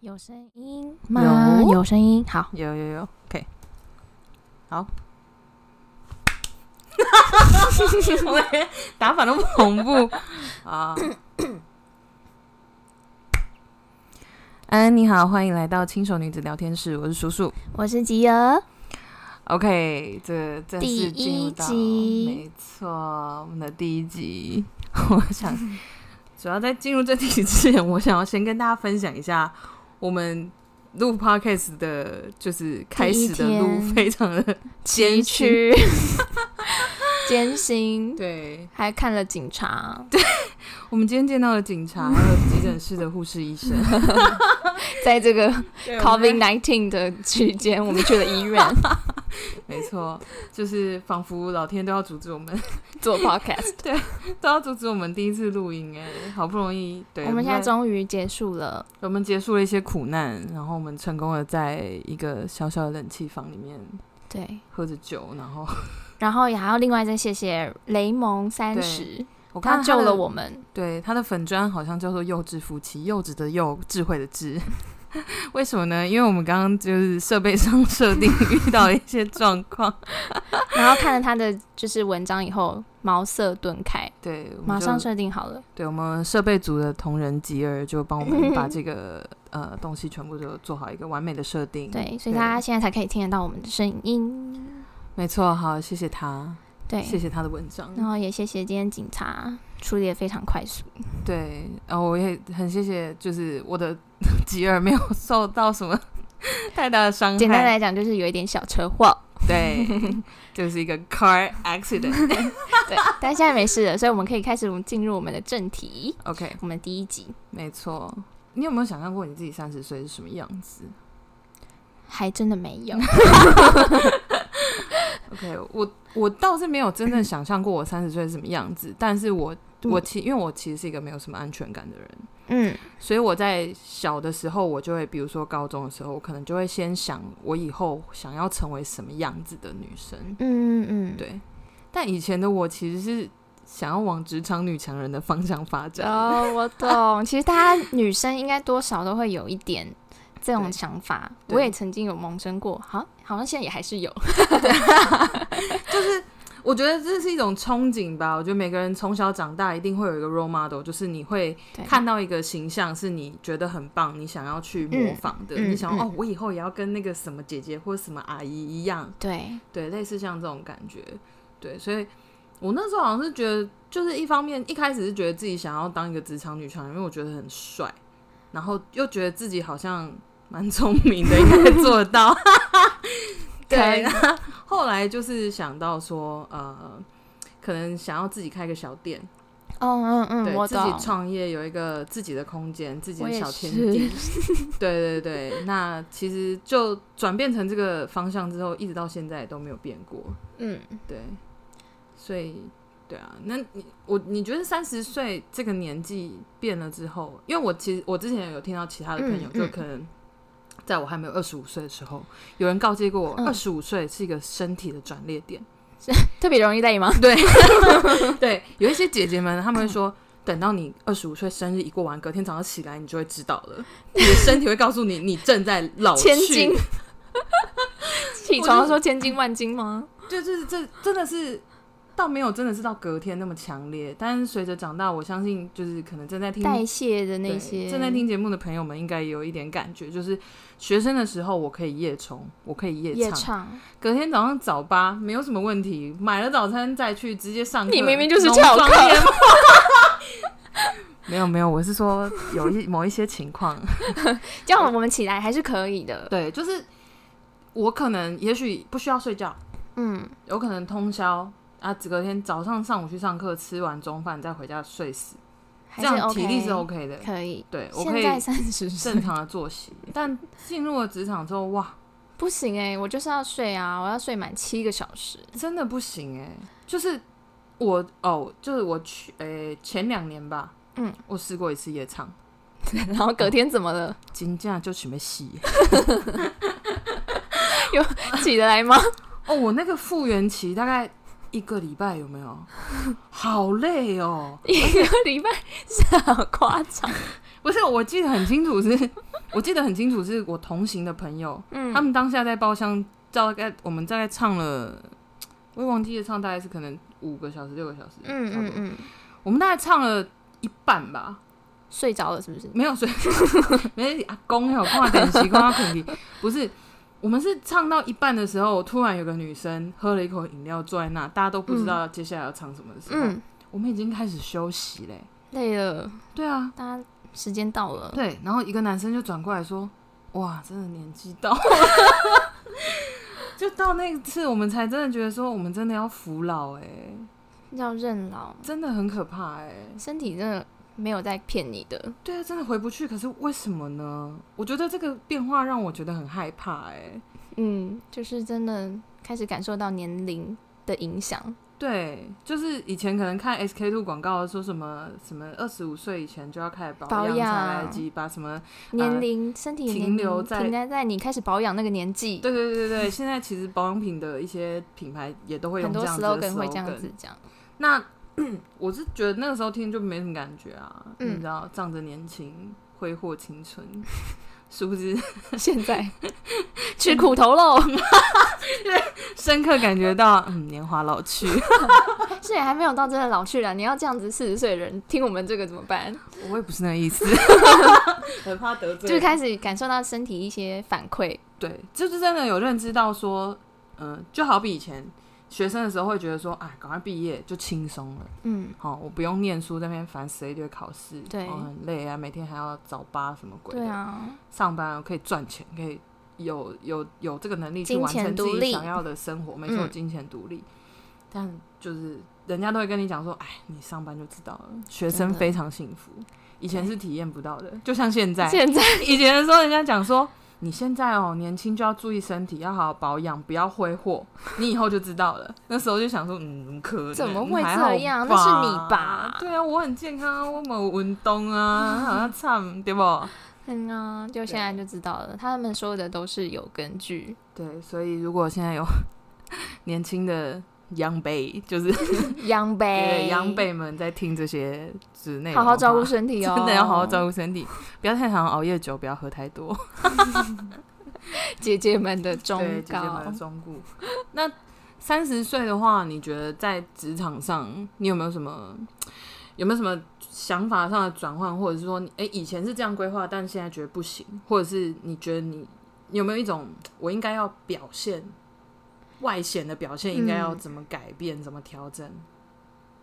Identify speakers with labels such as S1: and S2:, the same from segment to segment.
S1: 有声音吗？有声音，好，
S2: 有有有，OK，好，我连打法都不同步啊。安，你好，欢迎来到轻熟女子聊天室，我是叔叔。
S1: 我是吉儿。
S2: OK，这正
S1: 第
S2: 式进入
S1: 一
S2: 到
S1: 集
S2: 没错，我们的第一集。 我 想，主要在进入这题之前，我想要先跟大家分享一下我们录 Podcast 的，就是开
S1: 第一
S2: 始的路
S1: 天
S2: 非常的
S1: 崎
S2: 艰辛。
S1: 岖， 艰辛，
S2: 对，
S1: 还看了警察，
S2: 我们今天见到了警察，还有急诊室的护士 医生。
S1: 在这个 COVID
S2: 们
S1: 19的期间，我们去了医院
S2: 没错，就是仿佛老天都要阻止我们，
S1: 做 podcast。
S2: 都要阻止我们第一次录音哎，好不容易，对，
S1: 我们现在
S2: 在
S1: 终于结束了，
S2: 我们结束了一些苦难，然后我们成功的在一个小小的冷气房里面
S1: 对，
S2: 喝着酒，然后
S1: 然后也还要另外再谢谢雷蒙三十，
S2: 我看
S1: 他
S2: 到
S1: 救
S2: 的
S1: 了，我们。
S2: 对他的粉砖好像叫做“幼稚夫妻”，幼稚的幼，智慧的智。 为什么呢？因为我们刚刚就是设备上设定遇到一些状况，
S1: 然后看了他的就是文章以后，茅塞顿开，
S2: 对，我们
S1: 马上
S2: 就
S1: 设定好了。
S2: 对我们设备组的同仁吉儿就帮我们把这个呃东西全部就做好一个完美的设定。，
S1: 嗯对，所以
S2: 对
S1: 大家现在才可以听得到我们的声音。
S2: 没错，好，谢谢他，
S1: 对，
S2: 谢谢他的文章。
S1: 然后也谢谢今天警察处理的非常快速，
S2: 对，然、后我也很谢谢，就是我的 吉尔没有受到什么 太大的伤
S1: 简单
S2: 害，
S1: 来讲就是有一点小车祸，
S2: 对，就是一个 car accident。
S1: 对，但现在没事了，所以我们可以开始我们进入我们的正题，
S2: OK，
S1: 我们第一集
S2: 没错。你有没有想象过你自己三十岁是什么样子
S1: 还真的没有，
S2: ？OK，我我倒是没有真正想象过我三十岁是什么样子，但是我我其因为我其实是一个没有什么安全感的人，
S1: 嗯，
S2: 所以我在小的时候，我就会，比如说高中的时候，我可能就会先想我以后想要成为什么样子的女生。
S1: 嗯嗯嗯，
S2: 对，但以前的我其实是想要往职场女强人的方向发展。
S1: 哦，我懂。其实大家女生应该多少都会有一点这种
S2: 对
S1: 想法，
S2: 对
S1: 我也曾经有萌生过，好，好像现在也还是有。
S2: 我觉得这是一种憧憬吧。我觉得每个人从小长大一定会有一个 role model，就是你会
S1: 对，
S2: 看到一个形象是你觉得很棒，你想要去模仿的。
S1: 嗯嗯
S2: 你想、
S1: 嗯
S2: 哦，我以后也要跟那个什么姐姐或什么阿姨一样，
S1: 对，
S2: 对，类似像这种感觉。对，所以我那时候好像是觉得，就是一方面一开始是觉得自己想要当一个职场女强人，因为我觉得很帅，然后又觉得自己好像蛮聪明的，应该做得到。
S1: 可以
S2: 对，然后后来就是想到说，呃，可能想要自己开个小店，
S1: 嗯嗯嗯，
S2: 对
S1: 我
S2: 自己
S1: 懂。
S2: 创业，有一个自己的空间，自己
S1: 我
S2: 的
S1: 也
S2: 小天
S1: 是
S2: 地。对对对，那其实就转变成这个方向之后，一直到现在也都没有变过。
S1: 嗯，
S2: 对，所以对啊，那你我你觉得三十岁这个年纪变了之后，因为我其实我之前有听到其他的朋友，
S1: 嗯
S2: 就可能在我还没有二十五岁的时候，有人告诫过我，
S1: 嗯
S2: 二十五岁是一个身体的转捩点。
S1: 特别容易累吗？
S2: 对，有一些姐姐们，她们会说。等到你二十五岁生日一过完，隔天早上起来，你就会知道了。你的身体会告诉你，你正在老去。
S1: 千金，起床的时候千金万金吗？
S2: 就是这真的是倒没有真的是到隔天那么强烈，但是随着长大，我相信就是可能正在听
S1: 代谢的
S2: 对
S1: 那些，
S2: 正在听节目的朋友们应该也有一点感觉，就是学生的时候我可以夜冲，我可以夜
S1: 夜
S2: 唱，
S1: 唱，
S2: 隔天早上早八没有什么问题，买了早餐再去直接上课。
S1: 你明明就是翘课
S2: 浓 妆艳抹没有没有，我是说有一某一些情况，
S1: 这样我们起来还是可以的。
S2: 对，就是我可能也许不需要睡觉，
S1: 嗯，
S2: 有可能通宵啊，只隔天早上上午去上课，吃完中饭再回家睡死，
S1: 还
S2: 这
S1: 是
S2: 样
S1: OK，
S2: 体力是 OK 的。
S1: 可以。
S2: 对，我可
S1: 现
S2: 以
S1: 在三十岁
S2: 正常的作息，但进入了职场之后，哇，
S1: 不行哎、我就是要睡啊，我要睡满七个小时。
S2: 真的不行哎、就是我哦，就是我去诶、前两年吧，
S1: 嗯，
S2: 我试过一次夜唱，
S1: 然后隔天怎么 了？
S2: 金价就什么戏
S1: 起得来 吗？
S2: 哦，我那个复原期大概一个礼拜有没 有？好累哦，
S1: 一个礼拜是好夸张，
S2: 不是，我记得很清楚是，我记得很清楚是我同行的朋友，他
S1: 嗯，
S2: 们当下在包厢大概我们大概唱了，我也忘记了唱大概是可能五个小时六个小时，
S1: 嗯
S2: 差不
S1: 嗯
S2: 多，
S1: 嗯，
S2: 我们大概唱了一半吧，
S1: 睡着了是不是？
S2: 没有所以没阿公还有跨等级跨等级，不是。我们是唱到一半的时候，突然有个女生喝了一口饮料坐在那，大家都不知道接下来要唱什么的时候，
S1: 嗯，
S2: 我们已经开始休息嘞、
S1: 累了，
S2: 对啊，
S1: 大家时间到了，
S2: 对，然后一个男生就转过来说：“哇，真的年纪到了。” 就到那次，我们才真的觉得说，我们真的要服老哎、
S1: 要认老，
S2: 真的很可怕哎、
S1: 身体真的没有在骗你的。
S2: 对啊，真的回不去。可是为什么呢？我觉得这个变化让我觉得很害怕哎、
S1: 嗯，就是真的开始感受到年龄的影响。
S2: 对，就是以前可能看 SK two 广告说什么什么二十五岁以前就要开始保
S1: 保
S2: 养才来
S1: 养
S2: 得及，把什么
S1: 年龄、身体的
S2: 呃停
S1: 年龄
S2: 留在
S1: 停在在你开始保养那个年纪，
S2: 对对对对 对，现在其实保养品的一些品牌也都会
S1: 很
S2: 用这
S1: 多
S2: 样子的
S1: slogan 会这样
S2: slogan
S1: 子讲。
S2: 那 我是觉得那个时候听就没什么感觉啊，
S1: 嗯
S2: 你知道，仗着年轻挥霍青春， 殊不知
S1: 现在吃苦头喽，
S2: 深刻感觉到嗯年华老去。
S1: 是也还没有到真的老去了。你要这样子，四十岁的人听我们这个怎么办？
S2: 我也不是那个意思， 很怕得
S1: 就开始感受到身体一些反馈。
S2: 对，就是真的有认知到说，嗯、就好比以前学生的时候会觉得说，啊，赶快毕业就轻松了。
S1: 嗯，
S2: 好、我不用念书，在那边烦死一堆考试，
S1: 对
S2: 哦很累啊，每天还要早八什么鬼的。
S1: 对啊，
S2: 上班可以赚钱，可以有有有这个能力去
S1: 金
S2: 完成
S1: 钱
S2: 自
S1: 独
S2: 己
S1: 立
S2: 想要的生活，没错，
S1: 嗯
S2: 金钱独立。但就是人家都会跟你讲说，哎，你上班就知道了。学生
S1: 真的
S2: 非常幸福，以前是体验不到的，就像现在，
S1: 现 在
S2: 以前的时候人家讲说。你现在哦，年轻就要注意身体，要好好保养，不要挥霍。你以后就知道了。那时候就想说，嗯，怎么可能？
S1: 怎么会
S2: 还好
S1: 这样
S2: 吧
S1: 那是你吧
S2: 对啊，我很健康啊，我有运动 啊，好像惨对不？
S1: 嗯啊，就现在就知道了，他们说的都是有根据。
S2: 对，所以如果现在有 年轻的 young 辈，就是
S1: 央北，
S2: young 辈们在听这些之内，
S1: 哎好好照顾身体哦，
S2: 真的要好好照顾身体，不要太常熬夜酒，不要喝太多。
S1: 姐姐们的忠
S2: 对，姐姐们
S1: 告
S2: 的。忠告。 那三十岁的话，你觉得在职场上，你有没有什么？有没有什么想法上的转换，或者是说你，哎、以前是这样规划，但现在觉得不行，或者是你觉得你你有没有一种我应该要表现外显的表现，应该要
S1: 嗯
S2: 怎么改变、怎么调整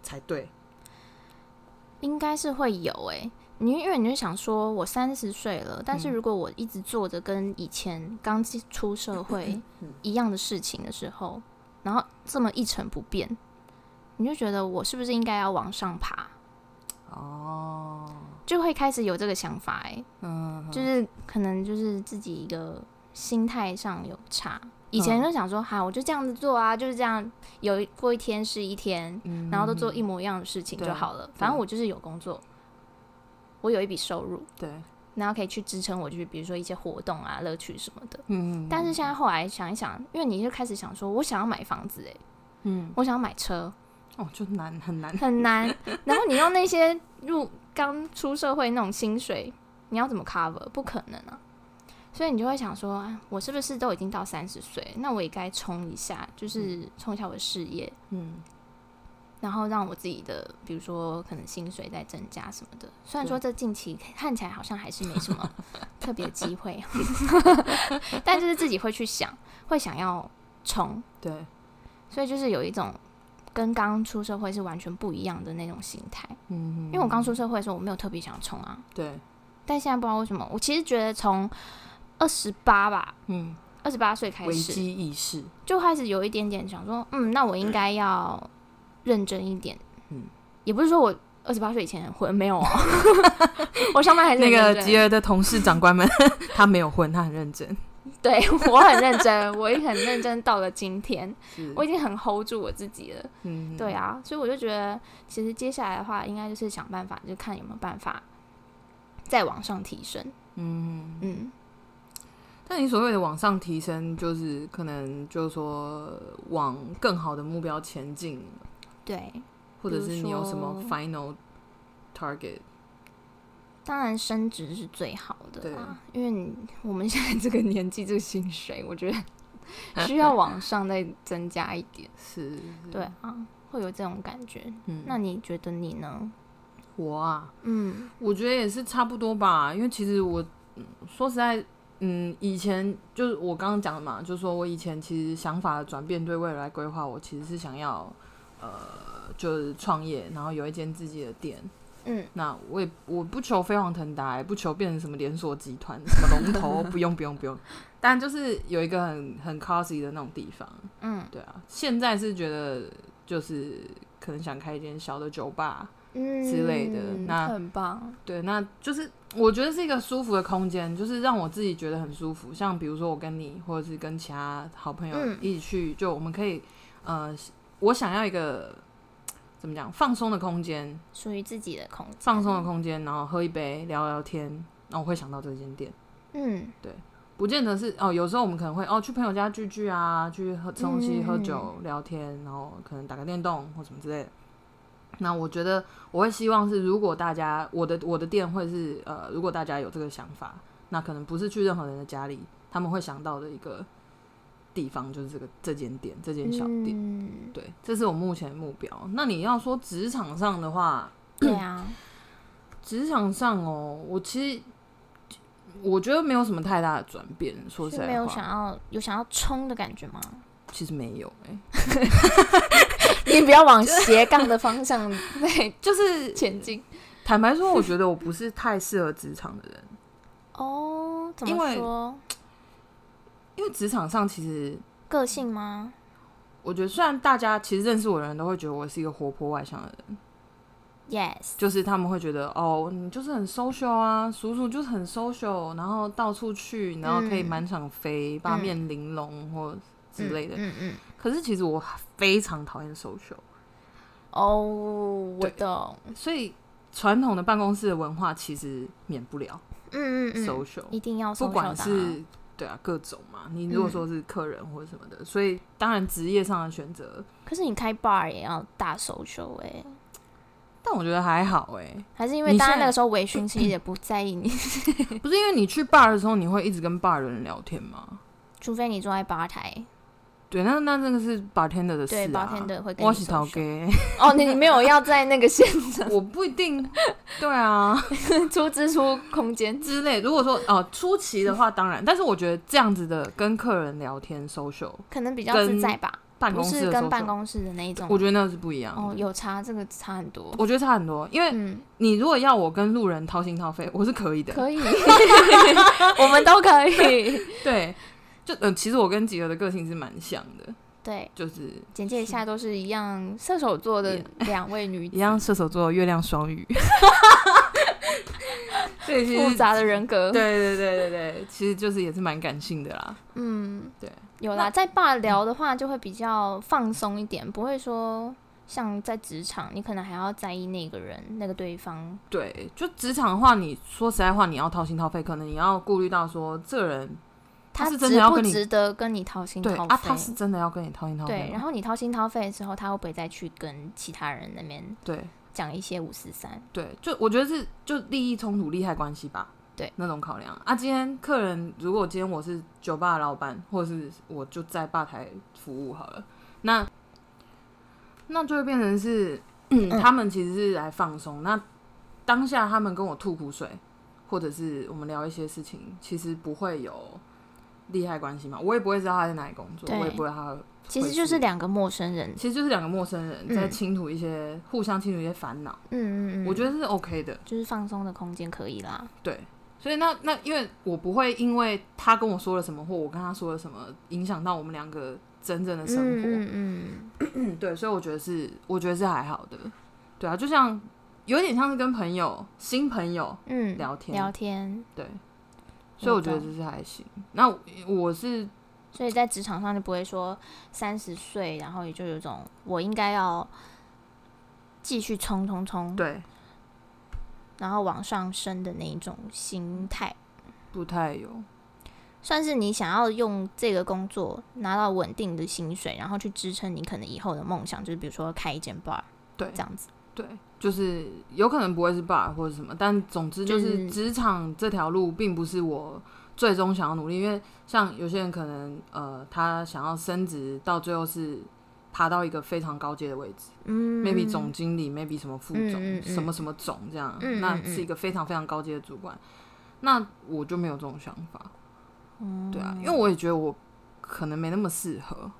S2: 才对？
S1: 应该是会有诶、你因为你就想说，我三十岁了，但是
S2: 嗯
S1: 如果我一直做着跟以前刚进出社会 一样的事情的时候，然后这么一成不变，你就觉得我是不是应该要往上爬？
S2: 哦，
S1: 就会开始有这个想法欸诶、
S2: 嗯，
S1: 就是可能就是自己一个心态上有差。以
S2: 嗯
S1: 前就想说，哈、我就这样子做啊，就是这样，有一过一天是一天，然后都做一模一样的事情
S2: 嗯对
S1: 就好了。反正我就是有工作，我有一笔收入，
S2: 对，
S1: 然后可以去支撑我，就是比如说一些活动啊、乐趣什么的。
S2: 嗯，
S1: 但是现在后来想一想，因为你就开始想说，我想要买房子、欸，
S2: 嗯，
S1: 我想要买车，
S2: 哦，就难很难，
S1: 很难。然后你用那些入刚出社会那种薪水，你要怎么 cover？不可能啊！所以你就会想说，啊我是不是都已经到三十岁，那我也该冲一下，就是冲一下我的事业，
S2: 嗯，
S1: 然后让我自己的，比如说可能薪水再增加什么的。虽然说这近期看起来好像还是没什么特别机会， 但就是自己会去想，会想要冲，
S2: 对，
S1: 所以就是有一种跟刚出社会是完全不一样的那种心态。
S2: 嗯，
S1: 因为我刚出社会的时候，我没有特别想冲啊，
S2: 对，
S1: 但现在不知道为什么，我其实觉得从二十八吧，
S2: 嗯，
S1: 二十八岁开
S2: 危
S1: 始
S2: 机意识，
S1: 就开始有一点点想说，嗯，那我应该要认真一点。
S2: 嗯
S1: 嗯，也不是说我二十八岁以前很混，没有哦， 我上班还是
S2: 那
S1: 很
S2: 个
S1: 认真
S2: 吉儿的同事长官们， 他没有混，他很认 真。
S1: 对我很认真，我也很认真到了今天，我已经很 hold 住我自己了。
S2: 嗯
S1: 对，啊，所以我就觉得，其实接下来的话，应该就是想办法，就看有没有办法再往上提升。
S2: 嗯。
S1: 嗯。
S2: 但你所谓的往上提升，就是可能就是说往更好的目标前进，
S1: 对，
S2: 或者是你有什么
S1: 比如说
S2: final target？
S1: 当然升职是最好的
S2: 对
S1: 啦，因为你我们现在这个年纪，这个薪水，我觉 得需要往上再增加一点。
S2: 是，
S1: 对啊，会有这种感觉。
S2: 嗯，
S1: 那你觉得你呢？
S2: 我啊，
S1: 嗯，
S2: 我觉得也是差不多吧，因为其实我嗯说实在，嗯，以前就是我刚刚讲的嘛，就是说我以前其实想法的转变，对未来规划，我其实是想要呃，就是创业，然后有一间自己的店。
S1: 嗯，
S2: 那我也我不求飞黄腾达、也不求变成什么连锁集团、什么龙头，不用不用不用。但就是有一个很很 cosy 的那种地方，
S1: 嗯，
S2: 对啊。现在是觉得就是可能想开一间小的酒吧，
S1: 嗯
S2: 之类的那
S1: 很棒。
S2: 对，那就是我觉得是一个舒服的空间，就是让我自己觉得很舒服。像比如说我跟你，或者是跟其他好朋友
S1: 嗯
S2: 一起去，就我们可以，呃，我想要一个怎么讲放松的空间，
S1: 属于自己的空间，
S2: 放松的空间，然后喝一杯聊聊天，那我会想到这间店。
S1: 嗯，
S2: 不见得是哦，有时候我们可能会哦去朋友家聚聚啊，去喝吃东西、
S1: 嗯
S2: 喝酒、聊天，然后可能打个电动或什么之类的。那我觉得我会希望是，如果大家我的我的店会是呃，如果大家有这个想法，那可能不是去任何人的家里，他们会想到的一个地方就是这个这间店这间小店。
S1: 嗯、
S2: 对，这是我目前的目标。那你要说职场上的话，
S1: 对啊，
S2: 职场上哦，我其实我觉得没有什么太大的转变， 说实
S1: 是
S2: 在话，
S1: 没有想要有想要冲的感觉吗？
S2: 其实没有哎、
S1: 你不要往斜杠的方 向对
S2: 就是
S1: 前进
S2: 坦白说，我觉得我不是太适合职场的人，
S1: 哦。怎
S2: 因
S1: 么
S2: 为
S1: 说？
S2: 因为职场上其实
S1: 个性吗？
S2: 我觉得，虽然大家其实认识我的人都会觉得我是一个活泼外向的人，
S1: Yes，
S2: 就是他们会觉得哦，你就是很 social 啊，叔叔就是很 social，然后到处去，然后可以
S1: 嗯
S2: 满场飞，八面玲珑或之类的。
S1: 嗯嗯。嗯
S2: 可是其实我非常讨厌 social，
S1: 哦，我
S2: 对
S1: 懂。
S2: 所以传统的办公室的文化其实免不了
S1: 嗯嗯嗯，
S2: social，、
S1: 一定要
S2: 不
S1: social
S2: 管
S1: 的啊
S2: 是对啊各种嘛，你如果说是客人或者什么的，所以当然职业上的选择，
S1: 可是你开 bar 也要大 social 哎、
S2: 但我觉得还好哎、
S1: 还是因为
S2: 你
S1: 大家
S2: 现在嗯
S1: 那个时候微醺，其实也不在意你，
S2: 不是因为你去 bar 的时候，你会一直跟 bar 的人聊天吗？
S1: 除非你坐在吧台，
S2: 对，那那那个是 bartender 的事
S1: 对
S2: 啊。
S1: bartender 会跟你
S2: 我是陶
S1: social
S2: 给，
S1: 哦，你你没有要在那个现场
S2: 我不一定，对啊
S1: 出支出空间，
S2: 之类。如果说哦、出奇的话，当然，但是我觉得这样子的跟客人聊天 social
S1: 可能比较
S2: 跟
S1: 自在吧，
S2: 办
S1: 不
S2: 公室
S1: 是
S2: 的
S1: 跟办
S2: social，
S1: 公室的那一种。
S2: 我觉得那是不一样的。
S1: 哦，有差，这个差很多。
S2: 我觉得差很多，因为
S1: 嗯，
S2: 你如果要我跟路人掏心掏肺，我是可以的。
S1: 可以，我们都可以。
S2: 对，就呃，其实我跟吉儿的个性是蛮像的，
S1: 对，
S2: 就是
S1: 简介一下都是一样，射手座的两位女子
S2: 一，样射手座，月亮双鱼， 所以其
S1: 复
S2: 实
S1: 杂的人格。
S2: 嗯对，对对对对，其实就是也是蛮感性的啦。
S1: 嗯，
S2: 对，
S1: 有啦，在爸聊的话就会比较放松一点，不会说像在职场，你可能还要在意那个人、那个对方。
S2: 对，就职场的话，你说实在话，你要掏心掏肺，可能你要顾虑到说这个人他是真
S1: 值
S2: 的要
S1: 不
S2: 跟你
S1: 值得跟你掏心
S2: 对
S1: 掏
S2: 啊，
S1: 肺？
S2: 他是真的要跟你掏心掏
S1: 对
S2: 肺，
S1: 然
S2: 吗。
S1: 后你掏心掏肺之后，他会不会再去跟其他人那边
S2: 对
S1: 讲一些五四三？
S2: 对，就我觉得是就利益冲突、利害关系吧。
S1: 对
S2: 那种考量啊，今天客人如果今天我是酒吧的老板，或者是我就在吧台服务好了，那那就会变成是、 嗯他们其实是来放松。那当下他们跟我吐苦水，或者是我们聊一些事情，其实不会有利害关系嘛，我也不会知道他在哪里工作，
S1: 对
S2: 我也不会他。
S1: 其实就是，两个陌生人。
S2: 其实就是两个陌生人
S1: 嗯
S2: 在倾吐一些、互相倾吐一些烦恼，
S1: 嗯嗯嗯，
S2: 我觉
S1: 得
S2: 得是 OK 的。
S1: 就是放松的空间可以啦。
S2: 对，所以那那因为我不会因为他跟我说了什么，或我跟他说了什么，影响到我们两个真正的生活。
S1: 嗯嗯
S2: 嗯对，所以我觉得是，我觉得是还好的。对啊，就像有点像是跟朋友、新朋友
S1: 嗯，嗯
S2: 聊天，
S1: 聊天，
S2: 对，所以我觉得
S1: 懂
S2: 这是还行。那我我是
S1: 所以在职场上就不会说三十岁，然后也就有一种我应该要继续冲冲冲，
S2: 对
S1: 然后往上升的那一种心态，
S2: 不太有，
S1: 算是你想要用这个工作拿到稳定的薪水，然后去支撑你可能以后的梦想，就是比如说开一间 bar
S2: 对
S1: 这样子。
S2: 对，就是有可能不会是 bar 或者什么，但总之就
S1: 就是是
S2: 职场这条路并不是我最终想要努力，因为像有些人可能呃，他想要升职到最后是爬到一个非常高阶的位置、
S1: 嗯
S2: m a y b e 总经理，maybe 什么副总，
S1: 嗯嗯嗯
S2: 什么什么总这样，
S1: 嗯嗯
S2: 那
S1: 嗯
S2: 是一个非常非常高阶的主管。那我就没有这种想法，对啊，因为我也觉得我可能没那么适合，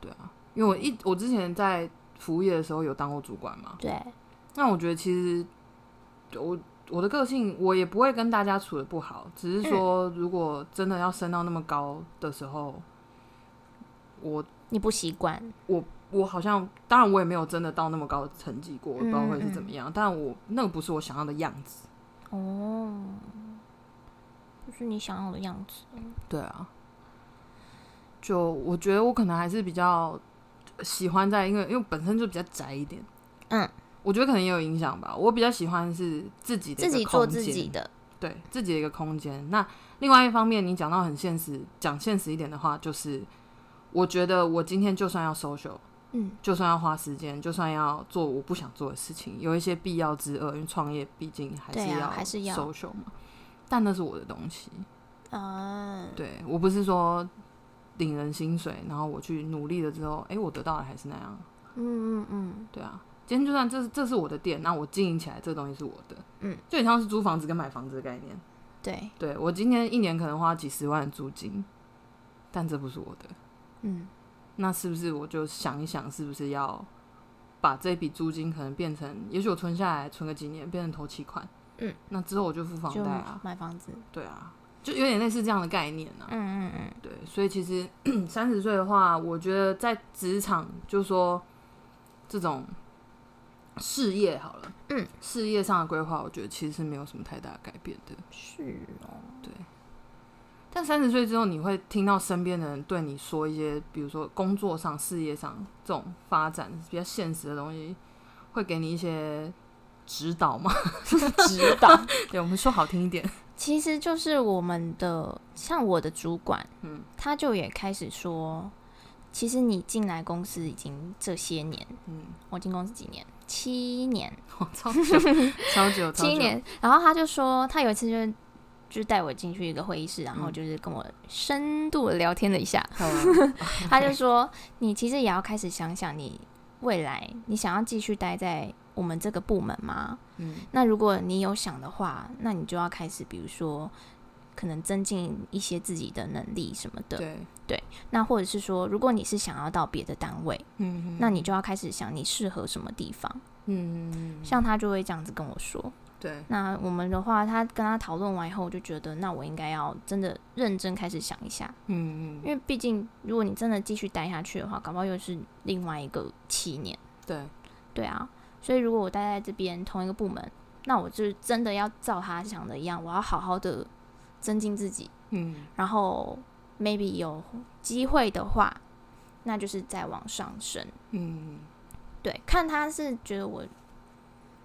S2: 对啊，因为我一我之前在服务业的时候有当过主管嘛，
S1: 对，
S2: 那我觉得其实我我的个性，我也不会跟大家处的不好，只
S1: 嗯
S2: 是说如果真的要升到那么高的时候，我
S1: 你不习惯，
S2: 我好像当然我也没有真的到那么高的成绩过，我不知道会是
S1: 嗯嗯
S2: 怎么样，但我那个不是我想要的样子，
S1: 哦，不是你想要的样子。
S2: 对啊，就我觉得我可能还是比较喜欢在一个，因为因为本身就比较宅一点，
S1: 嗯，
S2: 我觉得可能也有影响吧。我比较喜欢是自己的一
S1: 自
S2: 个
S1: 己做
S2: 空
S1: 自
S2: 间
S1: 己的，
S2: 对自己的一个空间。那另外一方面，你讲到很现实，讲现实一点的话，就是我觉得我今天就算要 social，
S1: 嗯，
S2: 就算要花时间，就算要做我不想做的事情，有一些必要之恶，因为创业毕竟还
S1: 对
S2: 是
S1: 啊
S2: 要
S1: 还是要
S2: social 嘛。但那是我的东西，
S1: 嗯，
S2: 对我不是说领人薪水，然后我去努力了之后，哎、我得到的还是那样，
S1: 嗯嗯嗯，
S2: 对啊。今天就算这是这是我的店，那我经营起来，这个东西是我的，
S1: 嗯，
S2: 就很像是租房子跟买房子的概念。
S1: 对，
S2: 对我今天一年可能花几十万的租金，但这不是我的，
S1: 嗯，
S2: 那是不是我就想一想，是不是要把这笔租金可能变成，也许我存下来存个几年，变成头期款，
S1: 嗯，
S2: 那之后我就付房
S1: 就
S2: 贷啊，
S1: 买房子。
S2: 对啊，就有点类似这样的概念啊。
S1: 嗯嗯嗯，
S2: 对，所以其实 三十岁的话，我觉得在职场，就说这种事业好了，
S1: 嗯，
S2: 事业上的规划，我觉得其实是没有什么太大的改变的。
S1: 是哦，
S2: 但三十岁之后，你会听到身边的人对你说一些，比如说工作上、事业上这种发展比较现实的东西，会给你一些指 导吗？
S1: 指导。
S2: 对我们说好听一点，
S1: 其实就是我们的，像我的主管，
S2: 嗯
S1: 他就也开始说，其实你进来公司已经这些年，
S2: 嗯，
S1: 我进公司几年？七年，
S2: 我 超久，超久，超
S1: 七
S2: 久，
S1: 年。然后他就说，他有一次就就带我进去一个会议室，然后
S2: 嗯
S1: 就是跟我深度的聊天了一 下。
S2: 好啊
S1: 他就说，你其实也要开始想想，你未来你想要继续待在我们这个部门吗？
S2: 嗯
S1: 那如果你有想的话，那你就要开始，比如说，可能增进一些自己的能力什么的。
S2: 对，
S1: 那或者是说，如果你是想要到别的单位，
S2: 嗯，
S1: 那你就要开始想你适合什么地方。
S2: 嗯，
S1: 像他就会这样子跟我说。
S2: 对，
S1: 那我们的话，他跟他讨论完以后，我就觉得，那我应该要真的认真开始想一下，
S2: 嗯嗯
S1: 因，为毕竟如果你真的继续待下去的话，搞不好又是另外一个七年。
S2: 对，
S1: 对啊，所以如果我待在这边同一个部门，那我就真的要照他想的一样，我要好好的增进自己，
S2: 嗯
S1: 然后 maybe 有机会的话，那就是再往上升。
S2: 嗯
S1: 对，看他是觉得我，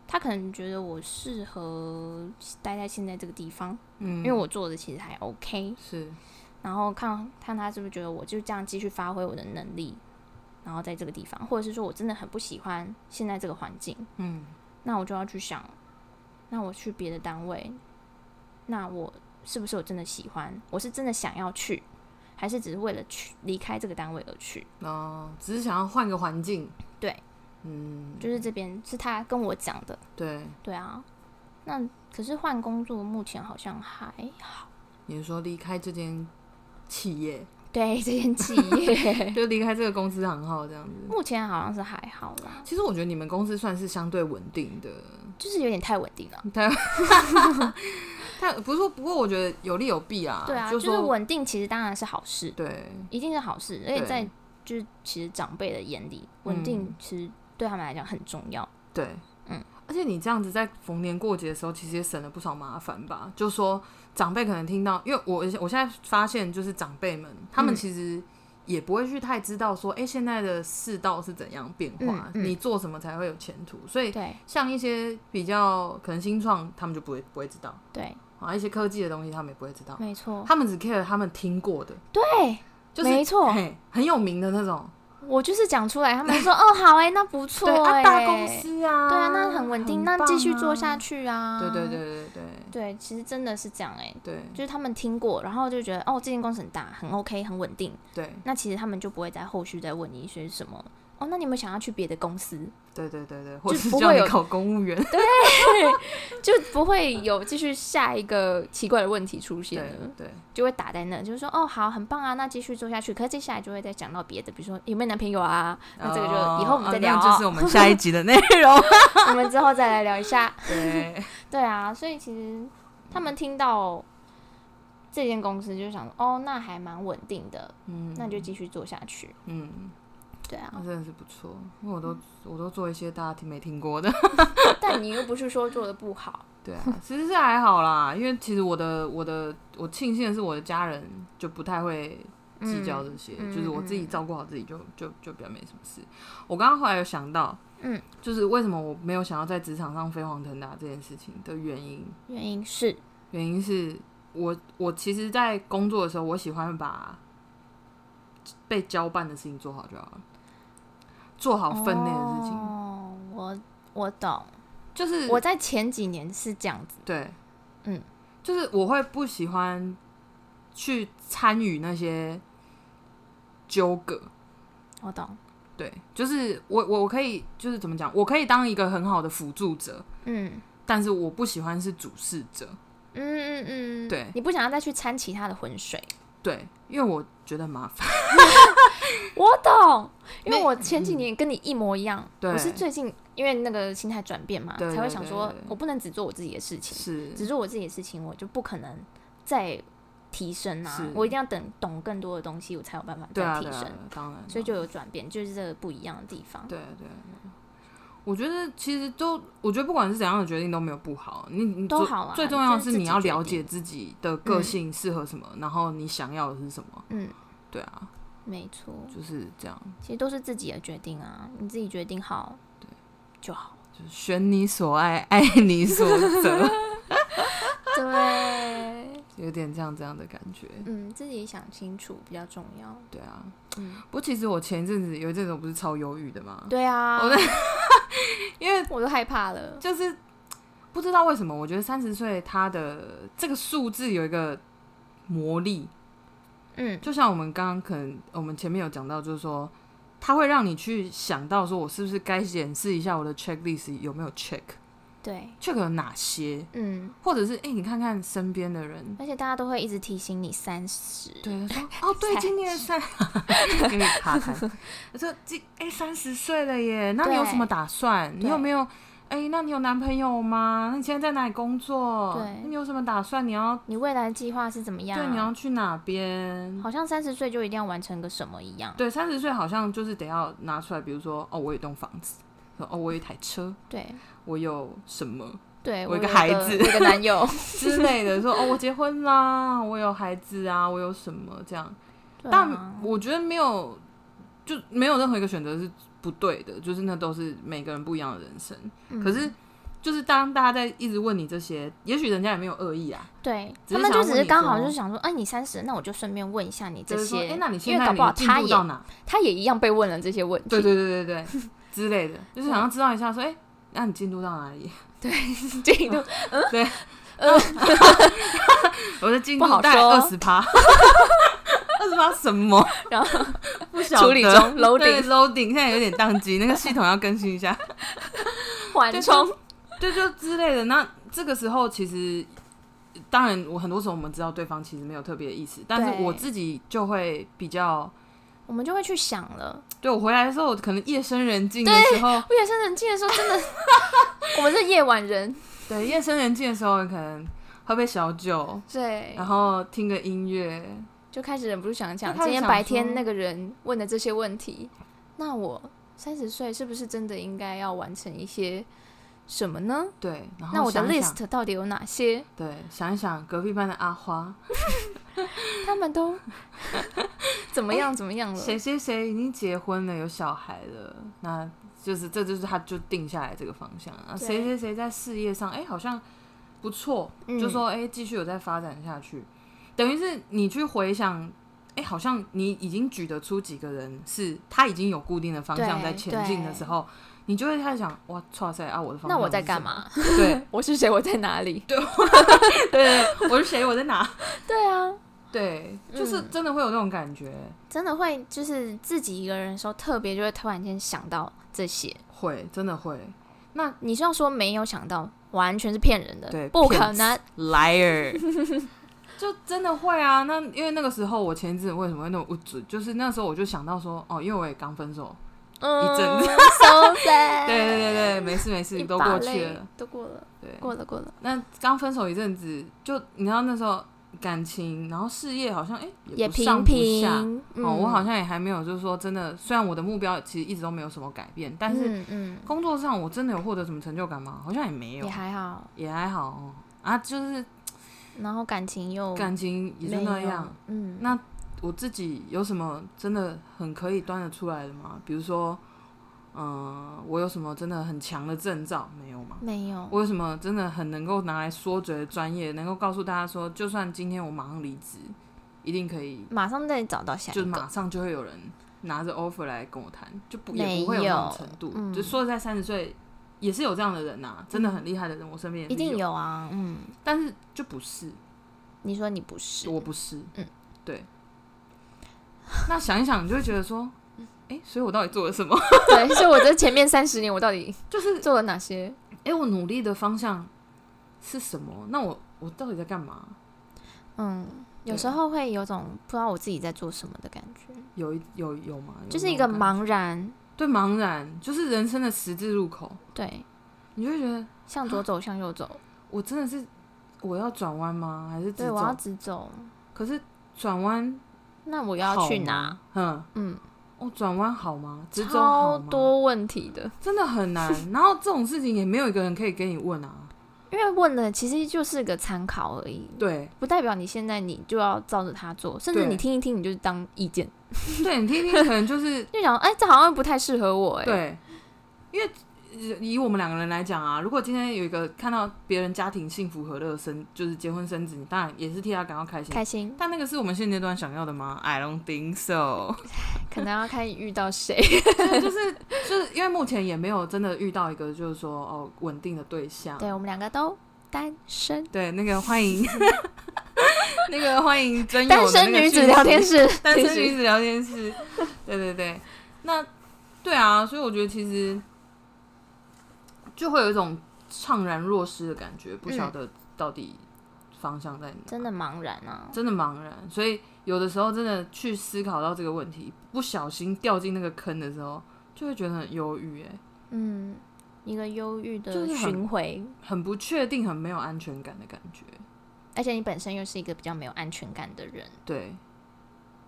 S1: 他可能觉得我适合待在现在这个地方，
S2: 嗯，
S1: 因为我做的其实还 OK，
S2: 是
S1: 然后看看他是不是觉得我就这样继续发挥我的能力，然后在这个地方，或者是说我真的很不喜欢现在这个环境。
S2: 嗯
S1: 那我就要去想，那我去别的单位，那我是不是我真的喜欢？我是真的想要去，还是只是为了去离开这个单位而去？
S2: 哦，只是想要换个环境，
S1: 对，
S2: 嗯，
S1: 就是这边是他跟我讲的，
S2: 对，
S1: 对啊。那可是换工作目前好像还好，
S2: 你是说离开这间企业，
S1: 对这间企业
S2: 就离开这个公司行号这样子。
S1: 目前好像是还好啦，
S2: 其实我觉得你们公司算是相对稳定的，
S1: 就是有点太稳定了。
S2: 但但不是说，不过我觉得有利有弊啊。
S1: 对啊，
S2: 就
S1: 就是是稳定，其实当然是好事，
S2: 对，
S1: 一定是好事，而且
S2: 对
S1: 在就是其实长辈的眼里，稳定
S2: 嗯
S1: 其实对他们来讲很重要。
S2: 对，
S1: 嗯，
S2: 而且你这样子在逢年过节的时候，其实也省了不少麻烦吧。就说长辈可能听到，因为我我现在发现，就是长辈们他们
S1: 嗯
S2: 其实也不会去太知道说，哎、现在的世道是怎样变化，
S1: 嗯嗯
S2: 你做什么才会有前途。所以
S1: 对
S2: 像一些比较可能新创，他们就不会不会知道
S1: 对，
S2: 啊，一些科技的东西他们也不会知道，
S1: 没错，
S2: 他们只 care 他们听过的，
S1: 对，
S2: 就是
S1: 没错
S2: 嘿很有名的那种。
S1: 我就是讲出来，他们说 哦好哎、那不错
S2: 对
S1: 哎、
S2: 啊，大公司啊，
S1: 对啊，那很稳定，那
S2: 棒
S1: 继续做
S2: 啊
S1: 下去啊。
S2: 对对对对对
S1: 对，其实真的是这样哎、
S2: 对
S1: 就是他们听过，然后就觉得哦，这间公司很大，很 OK，很稳定。
S2: 对
S1: 那其实他们就不会在后续再问你一些什么哦，那你们想要去别的公司，
S2: 对对对对，或者
S1: 就是不
S2: 叫
S1: 会
S2: 你
S1: 有
S2: 考公务员，
S1: 就不会有继续下一个奇怪的问题出现
S2: 对
S1: 了，
S2: 对
S1: 就会打在那，就是说哦，好，很棒啊，那继续做下去。可是接下来就会再讲到别的，比如说有没有男朋友啊，那这个就
S2: 哦
S1: 以后我们再
S2: 啊那
S1: 聊
S2: 就是我们下一集的内容。
S1: 我们之后再来聊一下。
S2: 对，
S1: 对啊，所以其实他们听到这间公司就想说哦，那还蛮稳定的，
S2: 嗯，
S1: 那就继续做下去。
S2: 嗯，
S1: 对啊嗯
S2: 那，真的是不错，因为我都我都做一些大家听没听过的。
S1: 但你又不是说做的不好，
S2: 对啊，其实是还好啦，因为其实我的我的我庆幸的是我的家人就不太会计较这些，
S1: 嗯
S2: 就是我自己照顾好自己就就就比较没什么事。我刚刚后来有想到，
S1: 嗯，
S2: 就是为什么我没有想要在职场上飞黄腾达这件事情的原因，
S1: 原因是
S2: 原因是我我其实，在工作的时候，我喜欢把被交办的事情做好就好了，做好分内的事情，
S1: 哦，我我懂，
S2: 就是
S1: 我在前几年是这样子，
S2: 对，
S1: 嗯，
S2: 就是我会不喜欢去参与那些纠葛，
S1: 我懂，
S2: 对，就是我我我可以就是怎么讲，我可以当一个很好的辅助者，
S1: 嗯
S2: 但是我不喜欢是主事者，
S1: 嗯嗯嗯，
S2: 对
S1: 你不想要再去掺其他的浑水，
S2: 对，因为我觉得很麻烦，
S1: 我懂，因为
S2: 没
S1: 我前几年跟你一模一样，
S2: 对
S1: 我是最近因为那个心态转变嘛，
S2: 对对
S1: 才会想说
S2: 对对
S1: 我不能只做我自己的事情，
S2: 是
S1: 只做我自己的事情，我就不可能再提升啊
S2: 是，
S1: 我一定要等懂更多的东西，我才有办法
S2: 对
S1: 再
S2: 啊，
S1: 提
S2: 对啊，
S1: 升
S2: 对，啊当然，
S1: 所以就有转变，就是这个不一样的地方，
S2: 对啊对啊。对啊我觉得其实都，我觉得不管是怎样的决定都没有不好，你你
S1: 都
S2: 最
S1: 好啊
S2: 最重要的
S1: 就是是自
S2: 你
S1: 己
S2: 要
S1: 决
S2: 了
S1: 定
S2: 解自己的个
S1: 嗯
S2: 性适合什么，然后你想要的是什么。
S1: 嗯，
S2: 对啊，
S1: 没错，
S2: 就是这样，
S1: 其实都是自己的决定啊，你自己决定好，对，就好。
S2: 就是选你所爱，爱你所择，
S1: 对，
S2: 有点这样这样的感觉。
S1: 嗯，自己想清楚比较重要。
S2: 对啊，
S1: 嗯，
S2: 不过其实我前一阵子有一阵子我不是超忧郁的嘛，
S1: 对啊，
S2: 哦 我因为
S1: 我都害怕了。
S2: 就是不知道为什么，我觉得三十岁它的这个数字有一个魔力，
S1: 嗯
S2: 就像我们刚刚可能我们前面有讲到，就是说它会让你去想到说我是不是该检视一下我的 checklist 有没有 check，check
S1: 对，
S2: 有哪些，
S1: 嗯，
S2: 或者是哎、诶你看看身边的人。
S1: 而且大家都会一直提醒你三十，
S2: 对，
S1: 哎
S2: 他说哦，对，
S1: 才
S2: 今 年三，
S1: 嗯
S2: 给你卡痰。 我说今哎三十岁了耶，那你有什么打算？你
S1: 对
S2: 有没有？哎、那你有男朋友吗？那你现在在哪里工作？
S1: 对
S2: 那你有什么打算？你要
S1: 你未来的计划是怎么样？啊
S2: 对，你要去哪边？
S1: 好像三十岁就一定要完成个什么一样。
S2: 对，三十岁好像就是得要拿出来，比如说哦，我有一栋房子，哦，我有一台车，
S1: 对
S2: 我有什么
S1: 对，
S2: 我
S1: 我
S2: 有一个
S1: 有
S2: 孩 子
S1: 我有一个男友。
S2: 之类的，说哦，我结婚啦，我有孩子啊，我有什么这样。
S1: 对
S2: 但
S1: 啊，
S2: 我觉得没有，就没有任何一个选择是不对的，就是那都是每个人不一样的人生。
S1: 嗯
S2: 可是，就是当大家在一直问你这些，也许人家也没有恶意啊，
S1: 对
S2: 只
S1: 他们
S2: 是想
S1: 就
S2: 要
S1: 只
S2: 问
S1: 是
S2: 你
S1: 刚好
S2: 说
S1: 就想说，哎，你三十，那我就顺便问一下你
S2: 就
S1: 这
S2: 是说，
S1: 些
S2: 哎、，那你
S1: 因为
S2: 现在
S1: 搞
S2: 你
S1: 不好
S2: 进
S1: 他
S2: 步
S1: 也
S2: 到哪？
S1: 他也一样被问了这些问题。
S2: 对对对 对对之类的，就是想要知道一下说，哎、那你进度到哪里？
S1: 进度
S2: 我的进
S1: 不好
S2: 度大概
S1: 说
S2: 二十趴， 二十趴什么？
S1: 然后
S2: 不晓得
S1: 处理中 loading
S2: 对 loading，现在有点宕机，那个系统要更新一下。
S1: 缓冲，
S2: 对，就之类的。那这个时候其实，当然我很多时候我们知道对方其实没有特别的意思，但是
S1: 对
S2: 我自己就会比较，
S1: 我们就会去想了。
S2: 对我回来的时候，我可能夜深人静的时候，
S1: 我夜深人静的时候，真的， 我们是夜晚人，
S2: 对夜深人静的时候，可能喝杯小酒，
S1: 对
S2: 然后听个音乐，
S1: 就开始忍不住想讲，
S2: 就开始
S1: 今天
S2: 想
S1: 白
S2: 说
S1: 天那个人问的这些问题，那我三十岁是不是真的应该要完成一些什么呢？
S2: 对，然后
S1: 那我的
S2: 想一想
S1: list 到底有哪些？
S2: 对，想一想隔壁班的阿花，
S1: 他们都怎么样怎么样了？
S2: 谁谁谁已经结婚了，有小孩了，那就是这就是他就定下来这个方向啊。
S1: 对
S2: 谁谁谁在事业上，哎、好像不错，
S1: 嗯
S2: 就说哎，继、续有在发展下去，等于是你去回想，哎、好像你已经举得出几个人是他已经有固定的方向
S1: 对
S2: 在前进的
S1: 对
S2: 时候，你就会开始想，哇，哇塞啊，我的方向
S1: 那我在
S2: 是什
S1: 干
S2: 么？
S1: 嘛？
S2: 对
S1: 我是谁？我在哪里？
S2: 对，我是谁？我在哪？
S1: 对啊，
S2: 对，就是
S1: 嗯
S2: 真的会有那种感觉，
S1: 真的会就是自己一个人的时候，特别就会突然间想到这些。
S2: 会，真的会。那
S1: 你是要说没有想到，完全是骗人的，
S2: 对
S1: 不
S2: 骗
S1: 可
S2: 子
S1: 能。
S2: liar，就真的会啊。那因为那个时候我前一阵为什么会那么无助，就是那时候我就想到说，哦，因为我也刚分手，
S1: 嗯
S2: 一阵子
S1: ，so sad。
S2: 对对对对，没事没事，
S1: 一
S2: 都
S1: 哎把
S2: 过去
S1: 泪
S2: 了。
S1: 都过了，
S2: 对，
S1: 过了，过了，
S2: 那刚分手一阵子，就你知道那时候感情，然后事业好像哎、
S1: 也
S2: 不上
S1: 平
S2: 不下。
S1: 平。
S2: 哦，
S1: 嗯
S2: 我好像也还没有，就是说真的，虽然我的目标其实一直都没有什么改变，但是
S1: 嗯嗯，
S2: 工作上我真的有获得什么成就感吗？好像也没有，
S1: 也还好，
S2: 也还好哦。啊，就是
S1: 然后感情又
S2: 感情也就
S1: 没
S2: 那
S1: 有
S2: 样。，
S1: 嗯，
S2: 那我自己有什么真的很可以端得出来的吗？比如说，嗯、我有什么真的很强的证照没有吗？
S1: 没有，
S2: 我有什么真的很能够拿来说嘴的专业，能够告诉大家说，就算今天我马上离职，一定可以，
S1: 马上再找到下
S2: 就
S1: 一
S2: 马
S1: 个，
S2: 上就会有人拿着 offer 来跟我谈，就不
S1: 没
S2: 也不会有那种
S1: 有
S2: 程度。
S1: 嗯
S2: 就说实在三十岁也是有这样的人呐、啊真的很厉害的人，我身边也是
S1: 一定
S2: 有，
S1: 有啊，嗯，
S2: 但是就不是，
S1: 你说你不是，
S2: 我不是，
S1: 嗯，
S2: 对。那想一想，你就会觉得说，哎、所以我到底做了什么？
S1: 对，所以我这前面三十年我到底
S2: 就是
S1: 做了哪些？
S2: 哎、我努力的方向是什么？那我我到底在干嘛？
S1: 嗯，有
S2: 对
S1: 时候会有种不知道我自己在做什么的感觉，
S2: 有一有有吗？有
S1: 就是
S2: 那
S1: 一个
S2: 种感觉
S1: 茫然，
S2: 对茫然，就是人生的十字路口，
S1: 对，
S2: 你就会觉得
S1: 向左走，向右走，
S2: 我真的是我要转弯吗？还是直
S1: 对，我要
S2: 走？
S1: 直走，
S2: 可是转弯
S1: 那我
S2: 我
S1: 要去哪？？
S2: 嗯，
S1: 嗯，
S2: 哦，转弯好吗？直走
S1: 超
S2: 好吗？
S1: 多问题的，
S2: 真的很难。 然后这种事情也没有一个人可以给你问啊。
S1: 因为问的其实就是个参考而已，
S2: 对，
S1: 不代表你现在你就要照着它做，甚至
S2: 对
S1: 你听一听，你就是当意见，
S2: 对你听听，可能就是
S1: 就想，哎、这好像不太适合我、哎，，
S2: 对，因为呃以我们两个人来讲啊，如果今天有一个看到别人家庭幸福和乐生，就是结婚生子，你当然也是替他感到开心。
S1: 开心，
S2: 但那个是我们现阶段想要的吗？I don't think so
S1: 可能要看遇到 谁，
S2: 对。就是就是因为目前也没有真的遇到一个就是说哦稳定的对象。
S1: 对我们两个都单身，
S2: 对那个欢迎 那个欢迎真友的
S1: 单身
S2: 那个
S1: 女子
S2: 讯息
S1: 聊天，室，
S2: 单
S1: 其
S2: 身
S1: 实
S2: 女子聊天室。对对对，那对啊，所以我觉得其实就会有一种怅然若失的感觉，不晓得到底方向在哪。
S1: 嗯真的茫然啊，
S2: 真的茫然，所以有的时候真的去思考到这个问题，不小心掉进那个坑的时候，就会觉得很忧郁，哎，
S1: 嗯，一个忧郁的
S2: 就是很
S1: 巡回，
S2: 很不确定，很没有安全感的感觉。
S1: 而且你本身又是一个比较没有安全感的人，
S2: 对，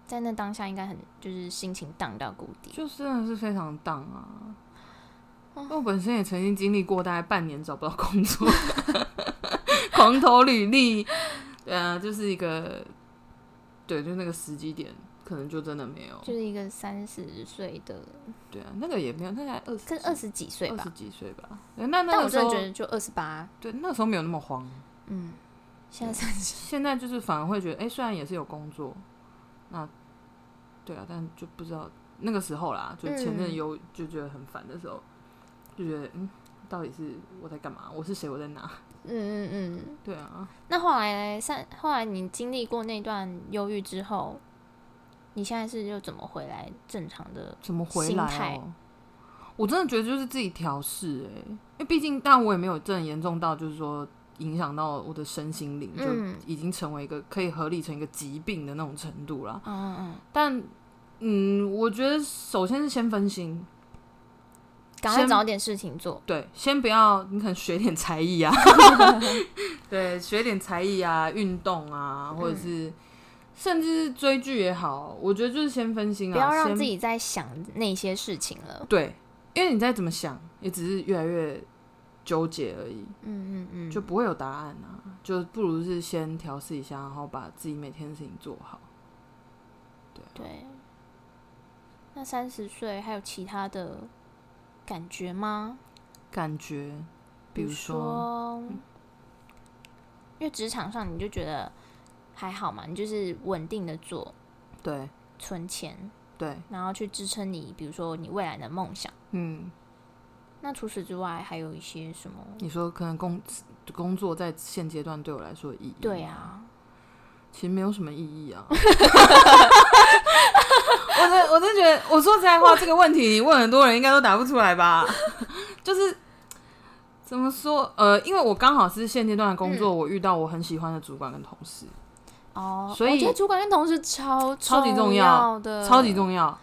S1: 在那当下应该很就是心情荡到谷底，
S2: 就真的是非常荡啊。因为我本身也曾经经历过大概半年找不到工作， 狂投履历，对啊，就是一个，对，就那个时机点，可能就真的没有。
S1: 就是一个三十岁的，
S2: 对啊，那个也没有，那才二十，
S1: 跟二十几岁
S2: 二
S1: 吧
S2: 十，几岁吧。对那
S1: 但
S2: 那
S1: 我
S2: 个时
S1: 真的
S2: 候
S1: 觉，得就二十八，
S2: 对，那时候没有那么慌。
S1: 嗯，现在三 十。
S2: 现在就是反而会觉得，哎、虽然也是有工作，那对啊，但就不知道那个时候啦，就
S1: 嗯
S2: 前阵有就觉得很烦的时候，就觉得嗯，到底是我在干嘛？我是谁？我在哪？
S1: 嗯嗯嗯，
S2: 对啊，
S1: 那后来嘞上后来你经历过那段忧郁之后，你现在是又怎么回来正常的？
S2: 怎么回
S1: 心
S2: 来、
S1: 态
S2: 哦？我真的觉得就是自己调试哎，因为毕竟，但我也没有真的严重到就是说影响到我的身心灵，
S1: 嗯
S2: 就已经成为一个可以合理成一个疾病的那种程度啦。
S1: 嗯嗯，
S2: 但嗯，我觉得首先是先分心，
S1: 赶快
S2: 先
S1: 找点事情做。
S2: 对，先不要，你可能学点才 艺啊，对，学点才艺啊，运动啊，
S1: 嗯
S2: 或者是、甚至是追剧也好，我觉得就是先分心啊，
S1: 不要让
S2: 先
S1: 自己在想那些事情了。
S2: 对，因为你再怎么想，也只是越来越纠结而已，
S1: 嗯嗯嗯，
S2: 就不会有答案啊，就不如是先调试一下，然后把自己每天的事情做好。
S1: 对。那三十岁还有其他的感觉吗？
S2: 感觉，比
S1: 比
S2: 如
S1: 如说，嗯因为职场上你就觉得还好嘛，你就是稳定的做，
S2: 对
S1: 存钱，
S2: 对，
S1: 然后去支撑你，比如说你未来的梦想。
S2: 嗯，
S1: 那除此之外，还有一些什么？
S2: 你说可能工工作在现阶段对我来说有意义，
S1: 对，啊，
S2: 其实没有什么意 义啊。我真我真觉得，我说实在话，这个问题你问很多人应该都答不出来吧？ 就是怎么说？呃，因为我刚好是现阶段的工
S1: 嗯
S2: 作，我遇到我很喜欢的主管跟同事，
S1: 哦，
S2: 所以
S1: 我觉得主管跟同事超
S2: 超级重要
S1: 要的，
S2: 超级，重要，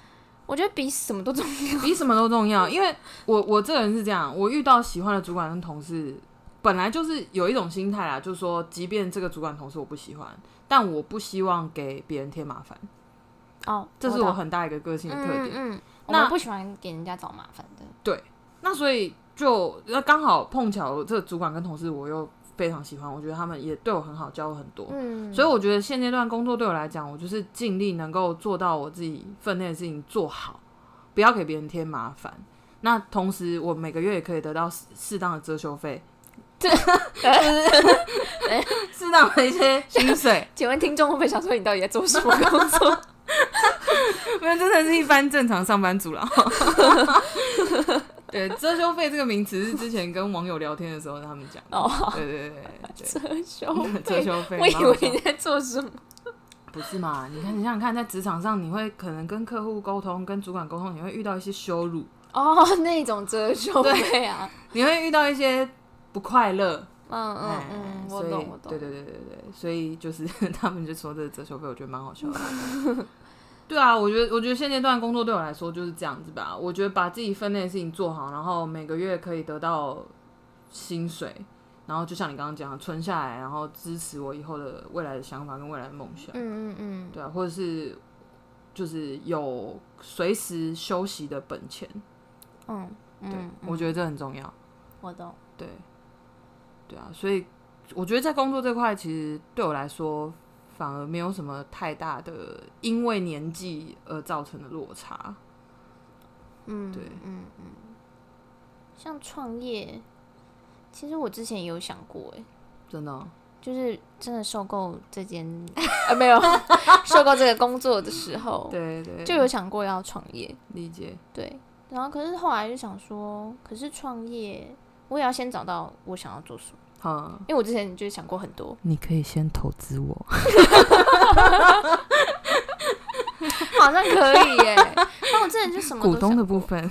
S1: 我觉得比什么都重要。
S2: 比什么都重要。因为我我这个人是这样，我遇到喜欢的主管跟同事，本来就是有一种心态啦，就是说，即便这个主管同事我不喜欢，但我不希望给别人添麻烦，
S1: 哦，
S2: 这是
S1: 懂
S2: 我很大一个个性的特点。
S1: 嗯，嗯嗯我
S2: 那
S1: 们不喜欢给人家找麻烦的。
S2: 那所以就那刚好碰巧，这个主管跟同事我又非常喜欢，我觉得他们也对我很好，教我很多。
S1: 嗯，
S2: 所以我觉得现阶段工作对我来讲，我就是尽力能够做到我自己分内的事情做好，不要给别人添麻烦。那同时，我每个月也可以得到适适当的遮羞费， 对，就是适当的一些薪水，
S1: 请问听众会不会想说你到底在做什么工作？
S2: 没有，真的是一般正常上班族了。 对，遮羞费这个名词是之前跟网友聊天的时候他们讲的。
S1: 哦，
S2: 对对对对
S1: 遮 羞
S2: 对，遮
S1: 费，
S2: 羞费。
S1: 我以
S2: 蛮好
S1: 为
S2: 笑
S1: 你在做什么。
S2: 不是嘛？你看，你想想看，在职场上，你会可能跟客户沟通、跟主管沟通，你会遇到一些羞辱，
S1: 哦，那种遮羞费啊，
S2: 你会遇到一些不快乐。
S1: 嗯嗯
S2: 哎
S1: 嗯，我
S2: 所以
S1: 懂我懂，
S2: 对对对对对，所以就是 他们就说这个遮羞费，我觉得蛮好笑 的。对啊，我觉得我觉得现阶段工作对我来说就是这样子吧。我觉得把自己分内的事情做好，然后每个月可以得到薪水，然后就像你刚刚讲，的，存下来，然后支持我以后的未来的想法跟未来的梦想。
S1: 嗯嗯嗯，
S2: 对啊，或者是就是有随时休息的本钱，
S1: 嗯
S2: 对、
S1: 嗯，
S2: 我觉得这很重要，
S1: 我懂，
S2: 对，对啊，所以我觉得在工作这块，其实对我来说反而没有什么太大的因为年纪而造成的落差，
S1: 嗯，
S2: 对
S1: 嗯嗯，像创业，其实我之前也有想过，哎，
S2: 真的哦、
S1: 就是真的受够这 间啊没有受够这个工作的时候，
S2: 对对，
S1: 就有想过要创业，
S2: 理解，
S1: 对，然后可是后来就想说，可是创业我也要先找到我想要做什么，
S2: 好，
S1: 因为我之前就想过很多，
S2: 你可以先投资我，
S1: 好像可以耶，那我之前就什么都
S2: 股东
S1: 想
S2: 的 部分，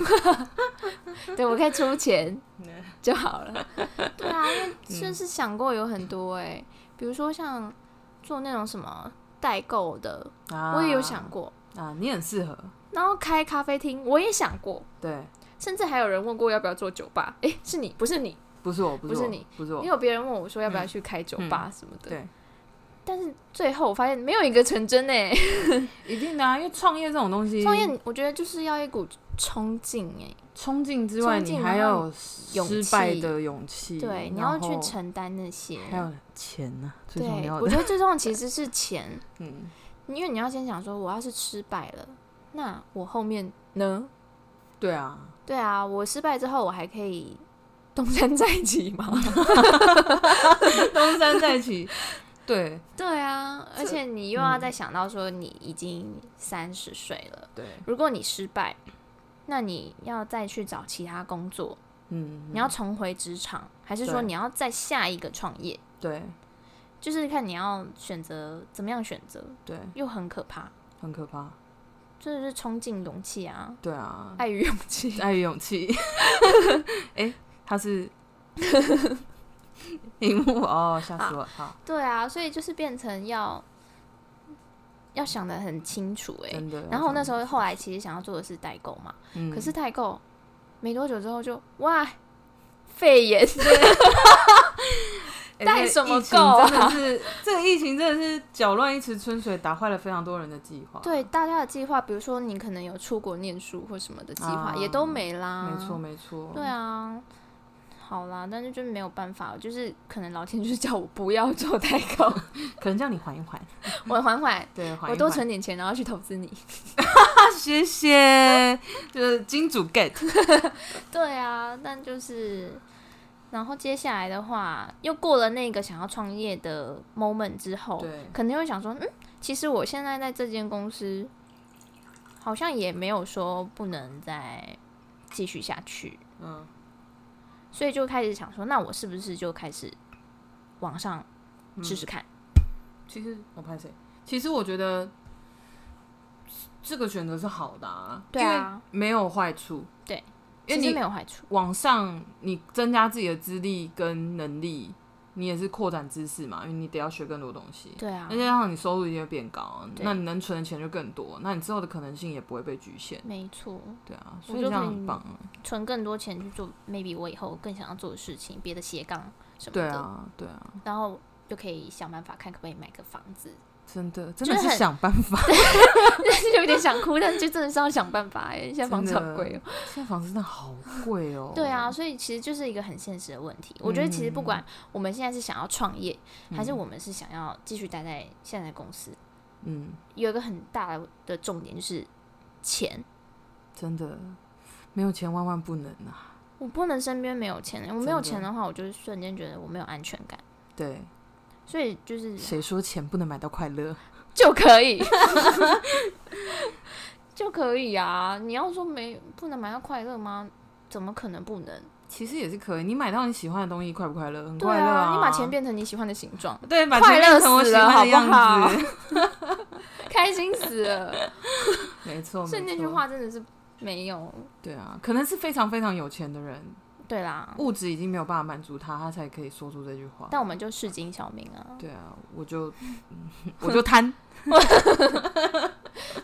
S1: 对，我可以出钱就好了。对啊，因为就是想过有很多哎、比如说像做那种什么代购的，
S2: 啊
S1: 我也有想过。
S2: 啊，你很适合，
S1: 然后开咖啡厅，我也想过，
S2: 对，
S1: 甚至还有人问过要不要做酒吧。诶，是你，不是你，
S2: 不是我，不
S1: 不是
S2: 我
S1: 你，
S2: 不是我
S1: 也，有别人问我说要不要去开酒吧什么的。
S2: 对。
S1: 但是最后我发现没有一个成真哎、
S2: 嗯一定的啊，因为创业这种东西，
S1: 创业我觉得就是要一股冲劲哎、
S2: 冲劲之外，
S1: 冲劲
S2: 你还要有
S1: 勇气
S2: 失败的勇气，
S1: 对，你要
S2: 嗯然
S1: 去
S2: 后
S1: 承担那些。
S2: 还有钱呢、最
S1: 对
S2: 重，要
S1: 我
S2: 的，
S1: 觉得最重要其实是钱。
S2: 嗯，
S1: 因为你要先想说，我要是失败了，那我后面呢？
S2: 对啊，
S1: 对啊，我失败之后，我还可以东山再起吗？
S2: 东山再起，对
S1: 对啊，而且你又要再想到说，你已经三十岁了，
S2: 对，
S1: 如果你失败，那你要再去找其他工作，
S2: 嗯，
S1: 你要重回职场，还是说
S2: 对
S1: 你要再下一个创业？
S2: 对
S1: 就是看你要选择怎么样选择，
S2: 对，
S1: 又很可怕，
S2: 很可怕，
S1: 这就是冲劲、勇气啊，
S2: 对啊，
S1: 爱与勇气。
S2: 爱与勇气，哎、他是荧幕哦，吓死我，好，
S1: 对啊，所以就是变成要要想的很清楚哎、
S2: 真的。
S1: 然后那时
S2: 候，
S1: 候后来其实想要做的是代购嘛，
S2: 嗯
S1: 可是代购没多久之后就哇肺炎，
S2: 哎
S1: 带
S2: 这个
S1: 什么
S2: 疫情
S1: 够啊
S2: 真的是这个疫情真的是搅乱一池春水，打坏了非常多人的计划。
S1: 对大家的计划，比如说你可能有出国念书或什么的计划、
S2: 啊
S1: 也都没啦，
S2: 没错，，没错。
S1: 对啊。好啦，但是就没有办法，就是可能老天就是叫我不要做代购，
S2: 可能叫你缓一缓，
S1: 我缓 缓，
S2: 对，缓一缓。
S1: 我多存点钱，然后去投资你。
S2: 啊，谢谢，就是金主 get，
S1: 对啊，但就是，然后接下来的话，又过了那个想要创业的 moment 之后，
S2: 对
S1: 可能又想说，嗯，其实我现在在这间公司，好像也没有说不能再继续下去，
S2: 嗯，
S1: 所以就开始想说，那我是不是就开始往上
S2: 嗯
S1: 试试看？
S2: 其实我拍谁？其实我觉得这个选择是好的啊，
S1: 对啊，
S2: 没有坏处。
S1: 对，
S2: 嗯因为
S1: 其实
S2: 你
S1: 没有坏处，
S2: 往上，你增加自己的资历跟能力，你也是扩展知识嘛，因为你得要学更多东西。
S1: 对啊
S2: 那，再加上你收入一定会变高，啊
S1: 对
S2: 那你能存的钱就更多，啊那你之后的可能性也不会被局限。
S1: 没错，
S2: 对啊，
S1: 我
S2: 所以
S1: 就
S2: 这样
S1: 可以
S2: 很棒啊。
S1: 存更多钱去做，maybe 我以后更想要做的事情，别的斜杠什么
S2: 对
S1: 的，
S2: 啊，对啊，
S1: 然后就可以想办法看可不可以买个房子，
S2: 真的，真
S1: 就
S2: 的
S1: 是
S2: 是
S1: 很
S2: 想办法。
S1: 有点想哭，但就真的是要想办法哎、现在房子好贵哦、
S2: 现在房子真的好贵哦。
S1: 对啊，，所以其实就是一个很现实的问题。我觉得其实不
S2: 嗯
S1: 管我们现在是想要创业，还是我们是想要继续待在现在的公司，
S2: 嗯，
S1: 有一个很大的重点就是钱。
S2: 真的没有钱万万不能啊。
S1: 我不能身边没有钱、我没有
S2: 真的
S1: 钱的话，我就是瞬间觉得我没有安全感，
S2: 对，
S1: 所以就是
S2: 谁说钱不能买到快乐？
S1: 就可以， 就可以啊！你要说没不能买到快乐吗？怎么可能不能？
S2: 其实也是可以，你买到你喜欢的东西，快不快乐？很
S1: 对啊
S2: 快乐啊
S1: 你把钱变成你喜欢的形状，
S2: 对，把
S1: 快
S2: 钱
S1: 乐
S2: 变成我
S1: 死
S2: 喜
S1: 了
S2: 欢
S1: 好
S2: 的
S1: 不
S2: 样子。
S1: 好 开心死了。
S2: 没错，
S1: 所以那
S2: 没
S1: 句
S2: 错。
S1: 话真的是没有。
S2: 对啊，可能是非常非常有钱的人，
S1: 对啦，
S2: 物质已经没有办法满足他，他才可以说出这句话。
S1: 但我们就市井小民啊。
S2: 对啊，我就、 嗯我就贪，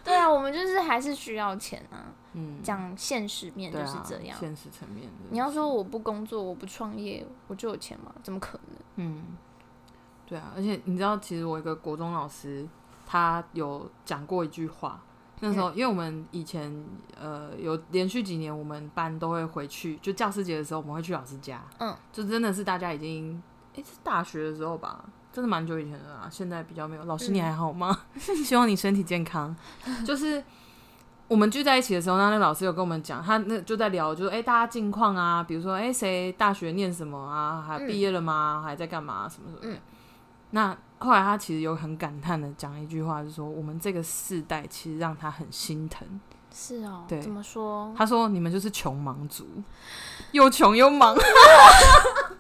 S1: 对啊，我们就是还是需要钱啊。
S2: 嗯，
S1: 讲现实面
S2: 对
S1: 就是
S2: 啊，
S1: 这样。
S2: 现实层面的。
S1: 你要说我不工作，我不创业，我就有钱吗？怎么可能？
S2: 嗯，对啊，而且你知道，其实我有一个国中老师，他有讲过一句话。那时候，因为我们以前呃有连续几年，我们班都会回去，就教师节的时候，我们会去老师家。
S1: 嗯，
S2: 就真的是大家已经，诶、是大学的时候吧，真的蛮久以前的啦。现在比较没有。老师，
S1: 嗯
S2: 你还好吗？ 希望你身体健康。就是我们聚在一起的时候，那那老师有跟我们讲，他那就在聊，就是哎、诶大家近况啊，比如说哎、诶谁大学念什么啊，还
S1: 嗯
S2: 毕业了吗？还在干嘛、什么什么的。
S1: 嗯
S2: 那后来他其实有很感叹的讲一句话，就是说我们这个世代其实让他很心疼。
S1: 是哦，
S2: 对
S1: 怎么说？
S2: 他说你们就是穷忙族，又穷 又忙。好想哭、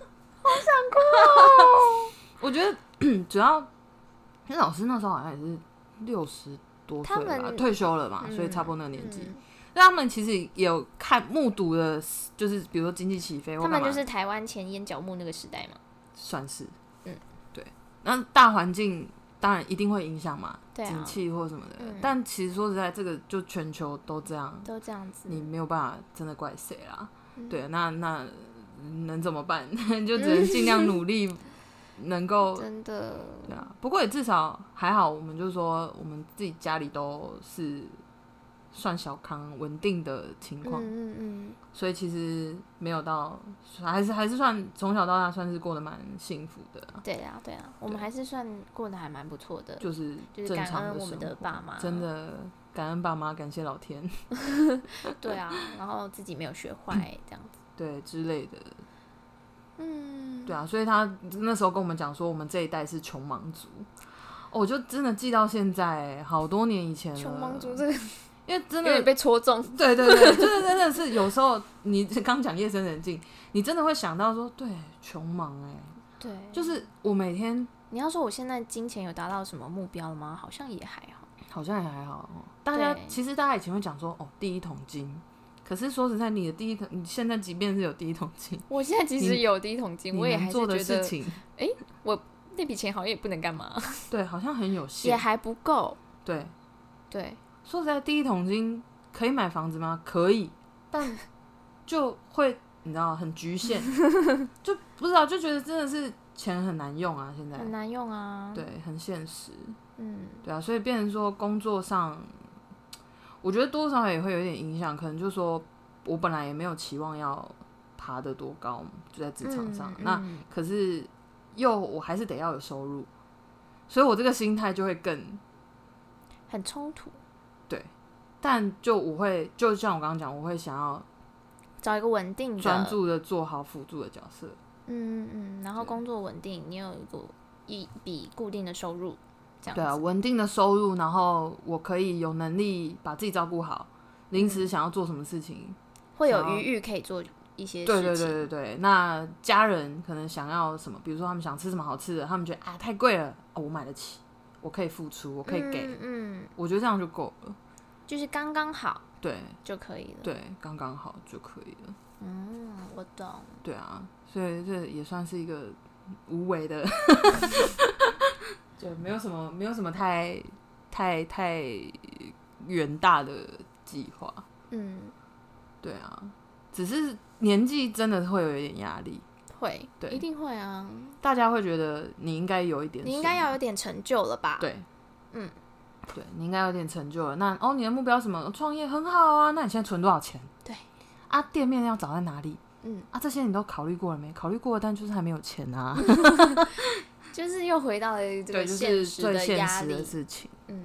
S1: 哦
S2: 我觉得嗯主要，因为老师那时候好像也是六十多岁
S1: 他
S2: 吧，
S1: 们
S2: 退休了嘛，
S1: 嗯
S2: 所以差不多那个年纪。
S1: 嗯
S2: 那他们其实也有看目睹的，就是比如说经济起飞或
S1: 他
S2: 干嘛，
S1: 们就是台湾前烟角木那个时代嘛。
S2: 算是，
S1: 嗯，
S2: 对。那大环境当然一定会影响嘛，
S1: 对
S2: 景
S1: 啊，
S2: 气或什么的。
S1: 嗯
S2: 但其实说实在，这个就全球都这样，
S1: 都这样子。
S2: 你没有办法真的怪谁啦。
S1: 嗯
S2: 对，啊那那能怎么办？ 就只能尽量努力，能够
S1: 真的，
S2: 对啊。不过也至少还好，我们就说我们自己家里都是算小康稳定的情
S1: 嗯
S2: 况，
S1: 嗯嗯，
S2: 所以其实没有到还是还是算从小到大算是过得蛮幸福的啊，
S1: 对啊对啊，我们
S2: 对
S1: 还是算过得还蛮不错的。
S2: 就是
S1: 就是
S2: 正
S1: 感
S2: 常
S1: 恩我
S2: 生
S1: 们的
S2: 活
S1: 爸妈
S2: 真的感恩爸妈，感谢老天，
S1: 对啊，然后自己没有学
S2: 嗯
S1: 坏这样子。
S2: 对之类的，
S1: 嗯，
S2: 对啊，所以他那时候跟我们讲说，我们这一代是穷忙族。哦我就真的记到现在、好多年以前了。
S1: 穷忙族这个
S2: 因为真
S1: 有
S2: 的，
S1: 点被戳中。
S2: 对对对，就是真的是有时候你刚讲夜深人静，你真的会想到说，对，穷忙哎、
S1: 对，
S2: 就是我每天
S1: 你要说我现在金钱有达到什么目标了吗？好像也还好。
S2: 好像也还好哦。大家
S1: 对
S2: 其实大家以前会讲说，哦，第一桶金。可是说实在，你的第一桶，你现在即便是有第一桶金，
S1: 我现在即使
S2: 你
S1: 有第一桶金，我也还
S2: 你能
S1: 是
S2: 做的
S1: 觉
S2: 事
S1: 得
S2: 情，
S1: 那笔钱好像也不能干嘛，
S2: 对，好像很有
S1: 也
S2: 限。
S1: 还不够。
S2: 对，
S1: 对，
S2: 说实在，第一桶金可以买房子吗？可 以，但就会你知道很 局限，就不知道就觉得真的是钱很难用啊，现在
S1: 很难用啊。，
S2: 对很现实，
S1: 嗯，
S2: 对啊，所以变成说工作上，我觉得多少也会有一点影响，可能就说我本来也没有期望要爬得多高，就在职场上，
S1: 嗯
S2: 那
S1: 嗯
S2: 可是又我还是得要有收入，所以我这个心态就会更
S1: 很冲突。
S2: 但就我会，就像我刚刚讲，我会想要
S1: 找一个稳定的
S2: 专注的做好辅助的角色。
S1: 嗯嗯，嗯，然后
S2: 对
S1: 工作稳定，你有一个一笔固定的收入，这样
S2: 对啊，
S1: 子。
S2: 稳定的收入，然后我可以有能力把自己照顾好，临时想要做什么事情，
S1: 会有
S2: 想要
S1: 余裕可以做一些事情。
S2: 对对对对对。那家人可能想要什么，比如说他们想吃什么好吃的，他们觉得啊太贵了、哦，我买得起，我可以付出，我可以给，
S1: 嗯，嗯
S2: 我觉得这样就够了。
S1: 就是刚刚好
S2: 对
S1: 就可以了。
S2: 对，刚刚好就可以了。
S1: 嗯，我懂。
S2: 对啊，所以这也算是一个无为 的，就没有什么没有什么太太太远大的计划。
S1: 嗯，
S2: 对啊，只是年纪真的会有一点压力，
S1: 会，
S2: 对
S1: 一定会啊。
S2: 大家会觉得你应该有一点什么，
S1: 你应该要有点成就了吧？，
S2: 对，
S1: 嗯，
S2: 对你应该有点成就了。那哦，你的目标是什么？创业很好啊，那你现在存多少钱？
S1: 对，
S2: 啊，店面要找在哪里？
S1: 嗯，
S2: 啊，这些你都考虑过了没？考虑过了，但就是还没有钱啊。
S1: 就是又回到了这
S2: 对，
S1: 个
S2: 就是
S1: 现实
S2: 最
S1: 的
S2: 现
S1: 压
S2: 实的
S1: 力。
S2: 事情。
S1: 嗯，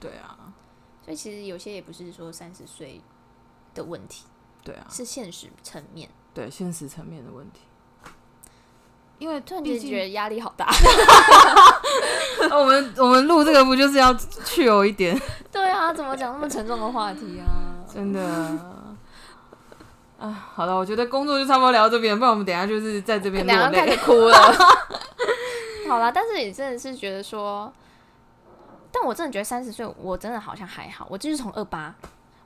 S2: 对啊，
S1: 所以其实有些也不是说三十岁的问题，
S2: 对啊，
S1: 是现实层面。
S2: 对现实层面的问题。因为
S1: 突然
S2: 毕
S1: 间
S2: 竟 哦
S1: 觉得压力好大。
S2: 我们我们录这个不就是要去有一点？
S1: 对啊，怎么讲那么沉重的话题啊？
S2: 真的。啊，好了，我觉得工作就差不多聊到这边，不然我们等一下就是在这边
S1: 两
S2: 落
S1: 个开
S2: 泪。
S1: 始哭了。 好啦，但是也真的是觉得说，但我真的觉得三十岁，我真的好像还好，我就是从二八，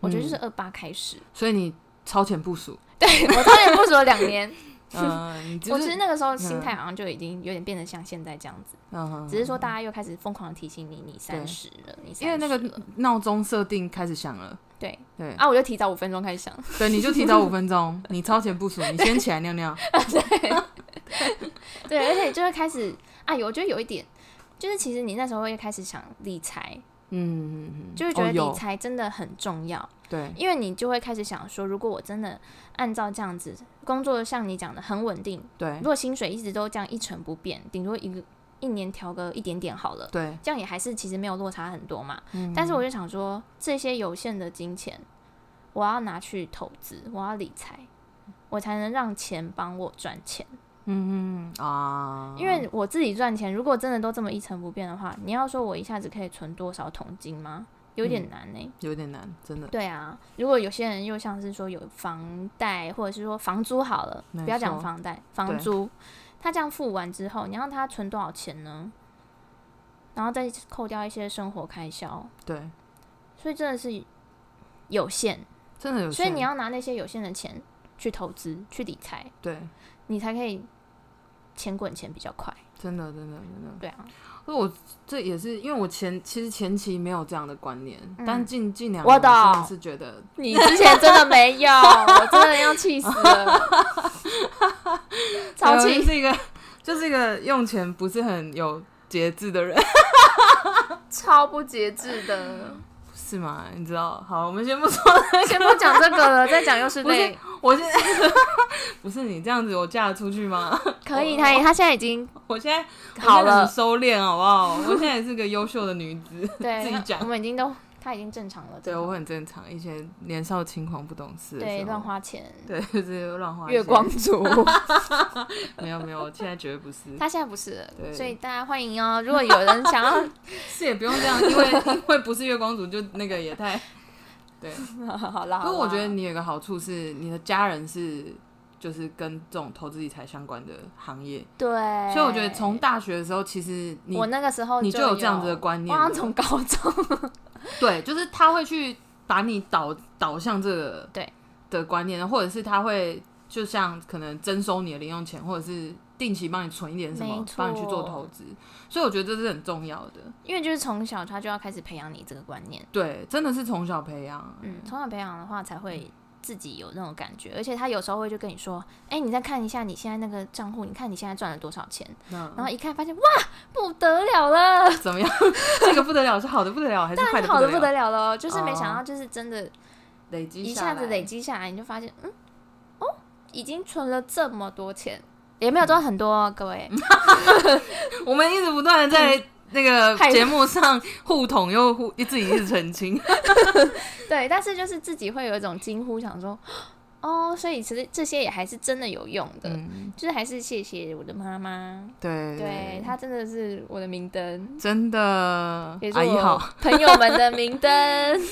S1: 我觉得
S2: 嗯
S1: 就是二八开始，
S2: 所以你超前部署，
S1: 对我差点不说两年。
S2: 嗯，你就
S1: 我其
S2: 是
S1: 实那个时候心态好像就已经有点变得像现在这样子，
S2: 嗯，
S1: 只是说大家又开始疯狂的提醒你，你三十了，你30
S2: 因为那个嗯
S1: 了
S2: 闹钟设定开始响了，
S1: 对
S2: 对
S1: 啊，我就提早五分钟开始 想，
S2: 对，你就提早五分钟，你超前部署，你先起来尿尿，
S1: 对，而且就会开始啊，有我觉得有一点，就是其实你那时候会开始想理财，
S2: 嗯嗯，嗯
S1: 就会觉
S2: 哦
S1: 得理
S2: 有嗯
S1: 财真的很重要。
S2: 对，
S1: 因为你就会开始想说，如果我真的按照这样子工作，像你讲的很稳定，
S2: 对
S1: 如果薪水一直都这样一成不变，顶多一个一年调个一点点好了，
S2: 对，
S1: 这样也还是其实没有落差很多嘛。
S2: 嗯
S1: 但是我就想说，这些有限的金钱，我要拿去投资，我要理财，我才能让钱帮我赚钱。
S2: 嗯嗯嗯啊，
S1: 因为我自己赚钱，如果真的都这么一成不变的话，你要说我一下子可以存多少桶金吗？有
S2: 嗯
S1: 点难欸呢、
S2: 有点难，真的，
S1: 对啊，如果有些人又像是说有房贷，或者是说房租好了，
S2: 没
S1: 不要讲
S2: 错
S1: 房贷，房
S2: 对
S1: 租，他这样付完之后，你让他存多少钱呢？然后再扣掉一些生活开销，
S2: 对，
S1: 所以真的是有限，
S2: 真的有限，
S1: 所以你要拿那些有限的钱去投资、去理财，
S2: 对，
S1: 你才可以钱滚钱比较快。
S2: 真的真的真的，
S1: 对啊，
S2: 所以我这也是因为我前其实前期没有这样的观念，
S1: 嗯
S2: 但近近两
S1: 我
S2: 年真的
S1: 懂
S2: 是觉得，
S1: 你之前真的没有，我真的要气死 了，超
S2: 哎呦
S1: 气
S2: 就。是一个就是一个用钱不是很有节制的人，
S1: 超不节制的。
S2: 是吗？你知道？好，我们先不说，
S1: 先不讲这个了，再讲 又是累。
S2: 我现在 不是你这样子，我嫁得出去吗？
S1: 可以，可以，他现在已经
S2: 我现在
S1: 好
S2: 哦我现在很
S1: 了，
S2: 收敛好不好？我现在也 是个优秀的女子，
S1: 对，
S2: 自己讲
S1: 我们已经都他已经正常了，
S2: 对我很正常，以前年少轻狂不懂事，
S1: 对乱，花钱，
S2: 对， 就是乱花一些
S1: 月光，族，
S2: 没有没有，我现在绝对不是，
S1: 他现在不是了
S2: 对，
S1: 所以大家欢迎哦。如果有人想要，
S2: 是也不用这样，因为因为不是月光族，就那个也太。对，
S1: 好啦，
S2: 不
S1: 好啦
S2: 过我觉得你有个好处是，你的家人是就是跟这种投资理财相关的行业，
S1: 对，
S2: 所以我觉得从大学的时候，其实你
S1: 我那个时候
S2: 你就
S1: 就
S2: 有这样子的观念
S1: 我好像从高中
S2: 对，就是他会去把你导导向这个
S1: 对
S2: 的观念，或者是他会就像可能征收你的零用钱，或者是定期帮你存一点什么
S1: 没错，
S2: 帮你去做投资，所以我觉得这是很重要的。
S1: 因为就是从小他就要开始培养你这个观念，
S2: 对，真的是从小培养。
S1: 嗯，从小培养的话才会自己有那种感觉，而且他有时候会就跟你说，哎、你再看一下你现在那个账户，你看你现在赚了多少钱，然
S2: 那
S1: 后一看发现哇不得了了，
S2: 怎么样？ 这个不得了，是好的不得了，还是坏的
S1: 好的不
S2: 得了？
S1: 得了了哦，就是没想到
S2: 哦
S1: 就是真的，
S2: 累积
S1: 一
S2: 下
S1: 下
S2: 来
S1: 子累，积下来，你就发现嗯哦，已经存了这么多钱。
S2: 嗯
S1: 也没有赚很多、哦，各位，
S2: 我们一直不断的在
S1: 嗯
S2: 那个
S1: 害
S2: 节目上互捅，又互自己一直澄清。
S1: 对，但是就是自己会有一种惊呼，想说 哦，所以其实这些也还是真的有用的，
S2: 嗯，
S1: 就是还是谢谢我的妈妈，
S2: 对
S1: 对她真的是我的明灯，
S2: 真的
S1: 也是
S2: 阿姨
S1: 我
S2: 好，
S1: 朋友们的明 灯。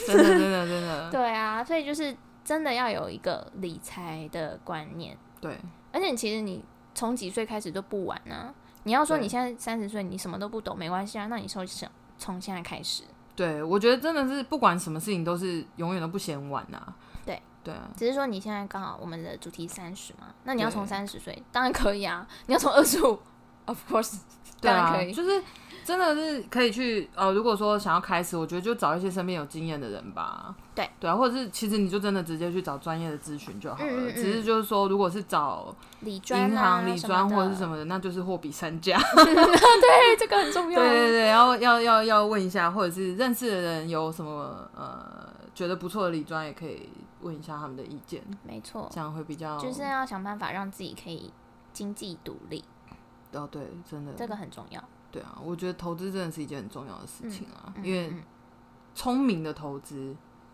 S2: 真的真的 真的，
S1: 对啊，所以就是真的要有一个理财的观念，
S2: 对
S1: 而且其实你从几岁开始都不晚啊。你要说
S2: 对
S1: 你现在三十岁，你什么都不懂没关系啊，那你从小从现在开始，
S2: 对，我觉得真的是不管什么事情都是永远都不嫌晚呐、啊。
S1: 对
S2: 对啊，
S1: 只是说你现在刚好我们的主题三十嘛，那你要从
S2: 对
S1: 三十岁，当然可以啊。你要从二十五，of course，
S2: 对
S1: 当然
S2: 啊，
S1: 可以
S2: 就是真的是可以去呃，如果说想要开始，我觉得就找一些身边有经验的人吧。
S1: 对
S2: 对啊，或者是其实你就真的直接去找专业的咨询就好了。
S1: 嗯嗯嗯
S2: 只是就是说，如果是找
S1: 理专、
S2: 银
S1: 啊、
S2: 行、理专或者是什
S1: 么
S2: 么的，那就是货比三家。
S1: 的， 对，这个很重
S2: 对
S1: 要。啊
S2: 对对，要要要要问一下，或者是认识的人有什么呃觉得不错的理专，也可以问一下他们的意见，
S1: 没错，
S2: 这样会比较
S1: 就是要想办法让自己可以经济独立，
S2: 哦对，真的
S1: 这个很重要。
S2: 对啊，我觉得投资真的是一件很重要的事情啊，
S1: 嗯
S2: 因为
S1: 嗯
S2: 聪明的投资，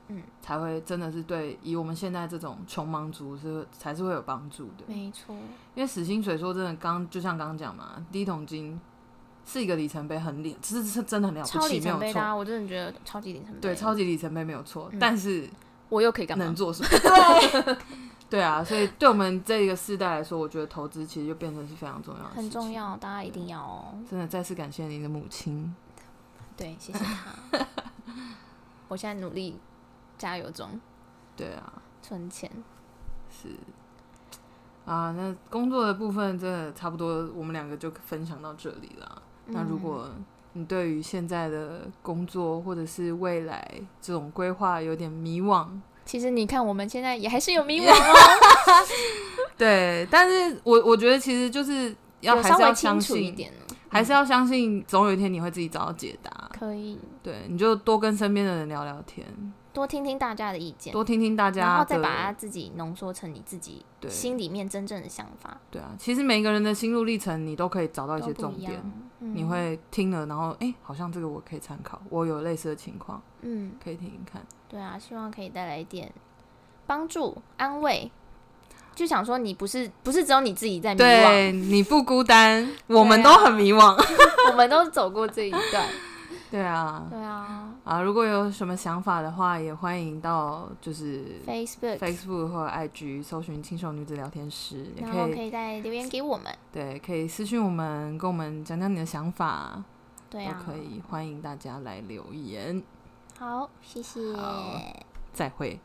S1: 嗯，
S2: 才会真的是对以我们现在这种穷忙族是才是会有帮助的。
S1: 没错，
S2: 因为死薪水说真的，刚就像刚刚讲嘛，第一桶金是一个里程碑，很了，这是是真的很了不
S1: 超里
S2: 起，没
S1: 程
S2: 有
S1: 碑的、
S2: 错。
S1: 啊，我真的觉得超级里程碑。
S2: 对，超级里程碑没有错，
S1: 嗯
S2: 但是
S1: 我又可以干嘛
S2: 能？做什么？ 对， 对啊，所以对我们这个世代来说，我觉得投资其实就变成是非常重要的，
S1: 很重。要，大家一定要哦。
S2: 真的再次感谢您的母亲。
S1: 对，谢谢 他。我现在努力加油中，
S2: 对啊，
S1: 存钱。
S2: 啊，那工作的部分真的差不多，我们两个就分享到这里了。那如
S1: 嗯
S2: 果你对于现在的工作或者是未来这种规划有点迷惘，
S1: 其实你看，我们现在也还是有迷惘哦，
S2: 对，但是我我觉得其实就是 要
S1: 有
S2: 还
S1: 稍
S2: 是
S1: 微
S2: 要
S1: 清
S2: 相
S1: 楚一
S2: 信，
S1: 点嗯了。
S2: 还是要相信，总有一天你会自己找到解答。
S1: 可以
S2: 对，你就多跟身边的人聊聊天，
S1: 多听听大家的意见，
S2: 多听听大
S1: 然
S2: 家
S1: 后再
S2: 的，
S1: 把它自己浓缩成你自己
S2: 对
S1: 心里面真正的想法，
S2: 对啊，其实每个人的心路历程，你都可以找到一
S1: 都
S2: 些
S1: 不
S2: 重
S1: 一
S2: 点
S1: 样。。嗯
S2: 你会听了，然后哎、诶好像这个我可以参考，我有类似的情况，
S1: 嗯，
S2: 可以听听看。
S1: 对啊，希望可以带来一点帮助、安慰。就想说，你不是不是只有你自己在迷惘，
S2: 对，你不孤单，我们都很迷惘。
S1: 我们都走过这一 段。
S2: 对啊，
S1: 对啊
S2: 啊，如果有什么想法的话，也欢迎到就是
S1: ，Facebook，
S2: Facebook 或者 IG 搜寻“轻熟女子聊天室”，也
S1: 然后
S2: 可
S1: 可
S2: 以
S1: 以再留言给我们。
S2: 对，可以私讯我们，跟我们讲讲你的想法，
S1: 对
S2: 都
S1: 啊，
S2: 可以，欢迎大家来留言。
S1: 好，谢谢，
S2: 好再会。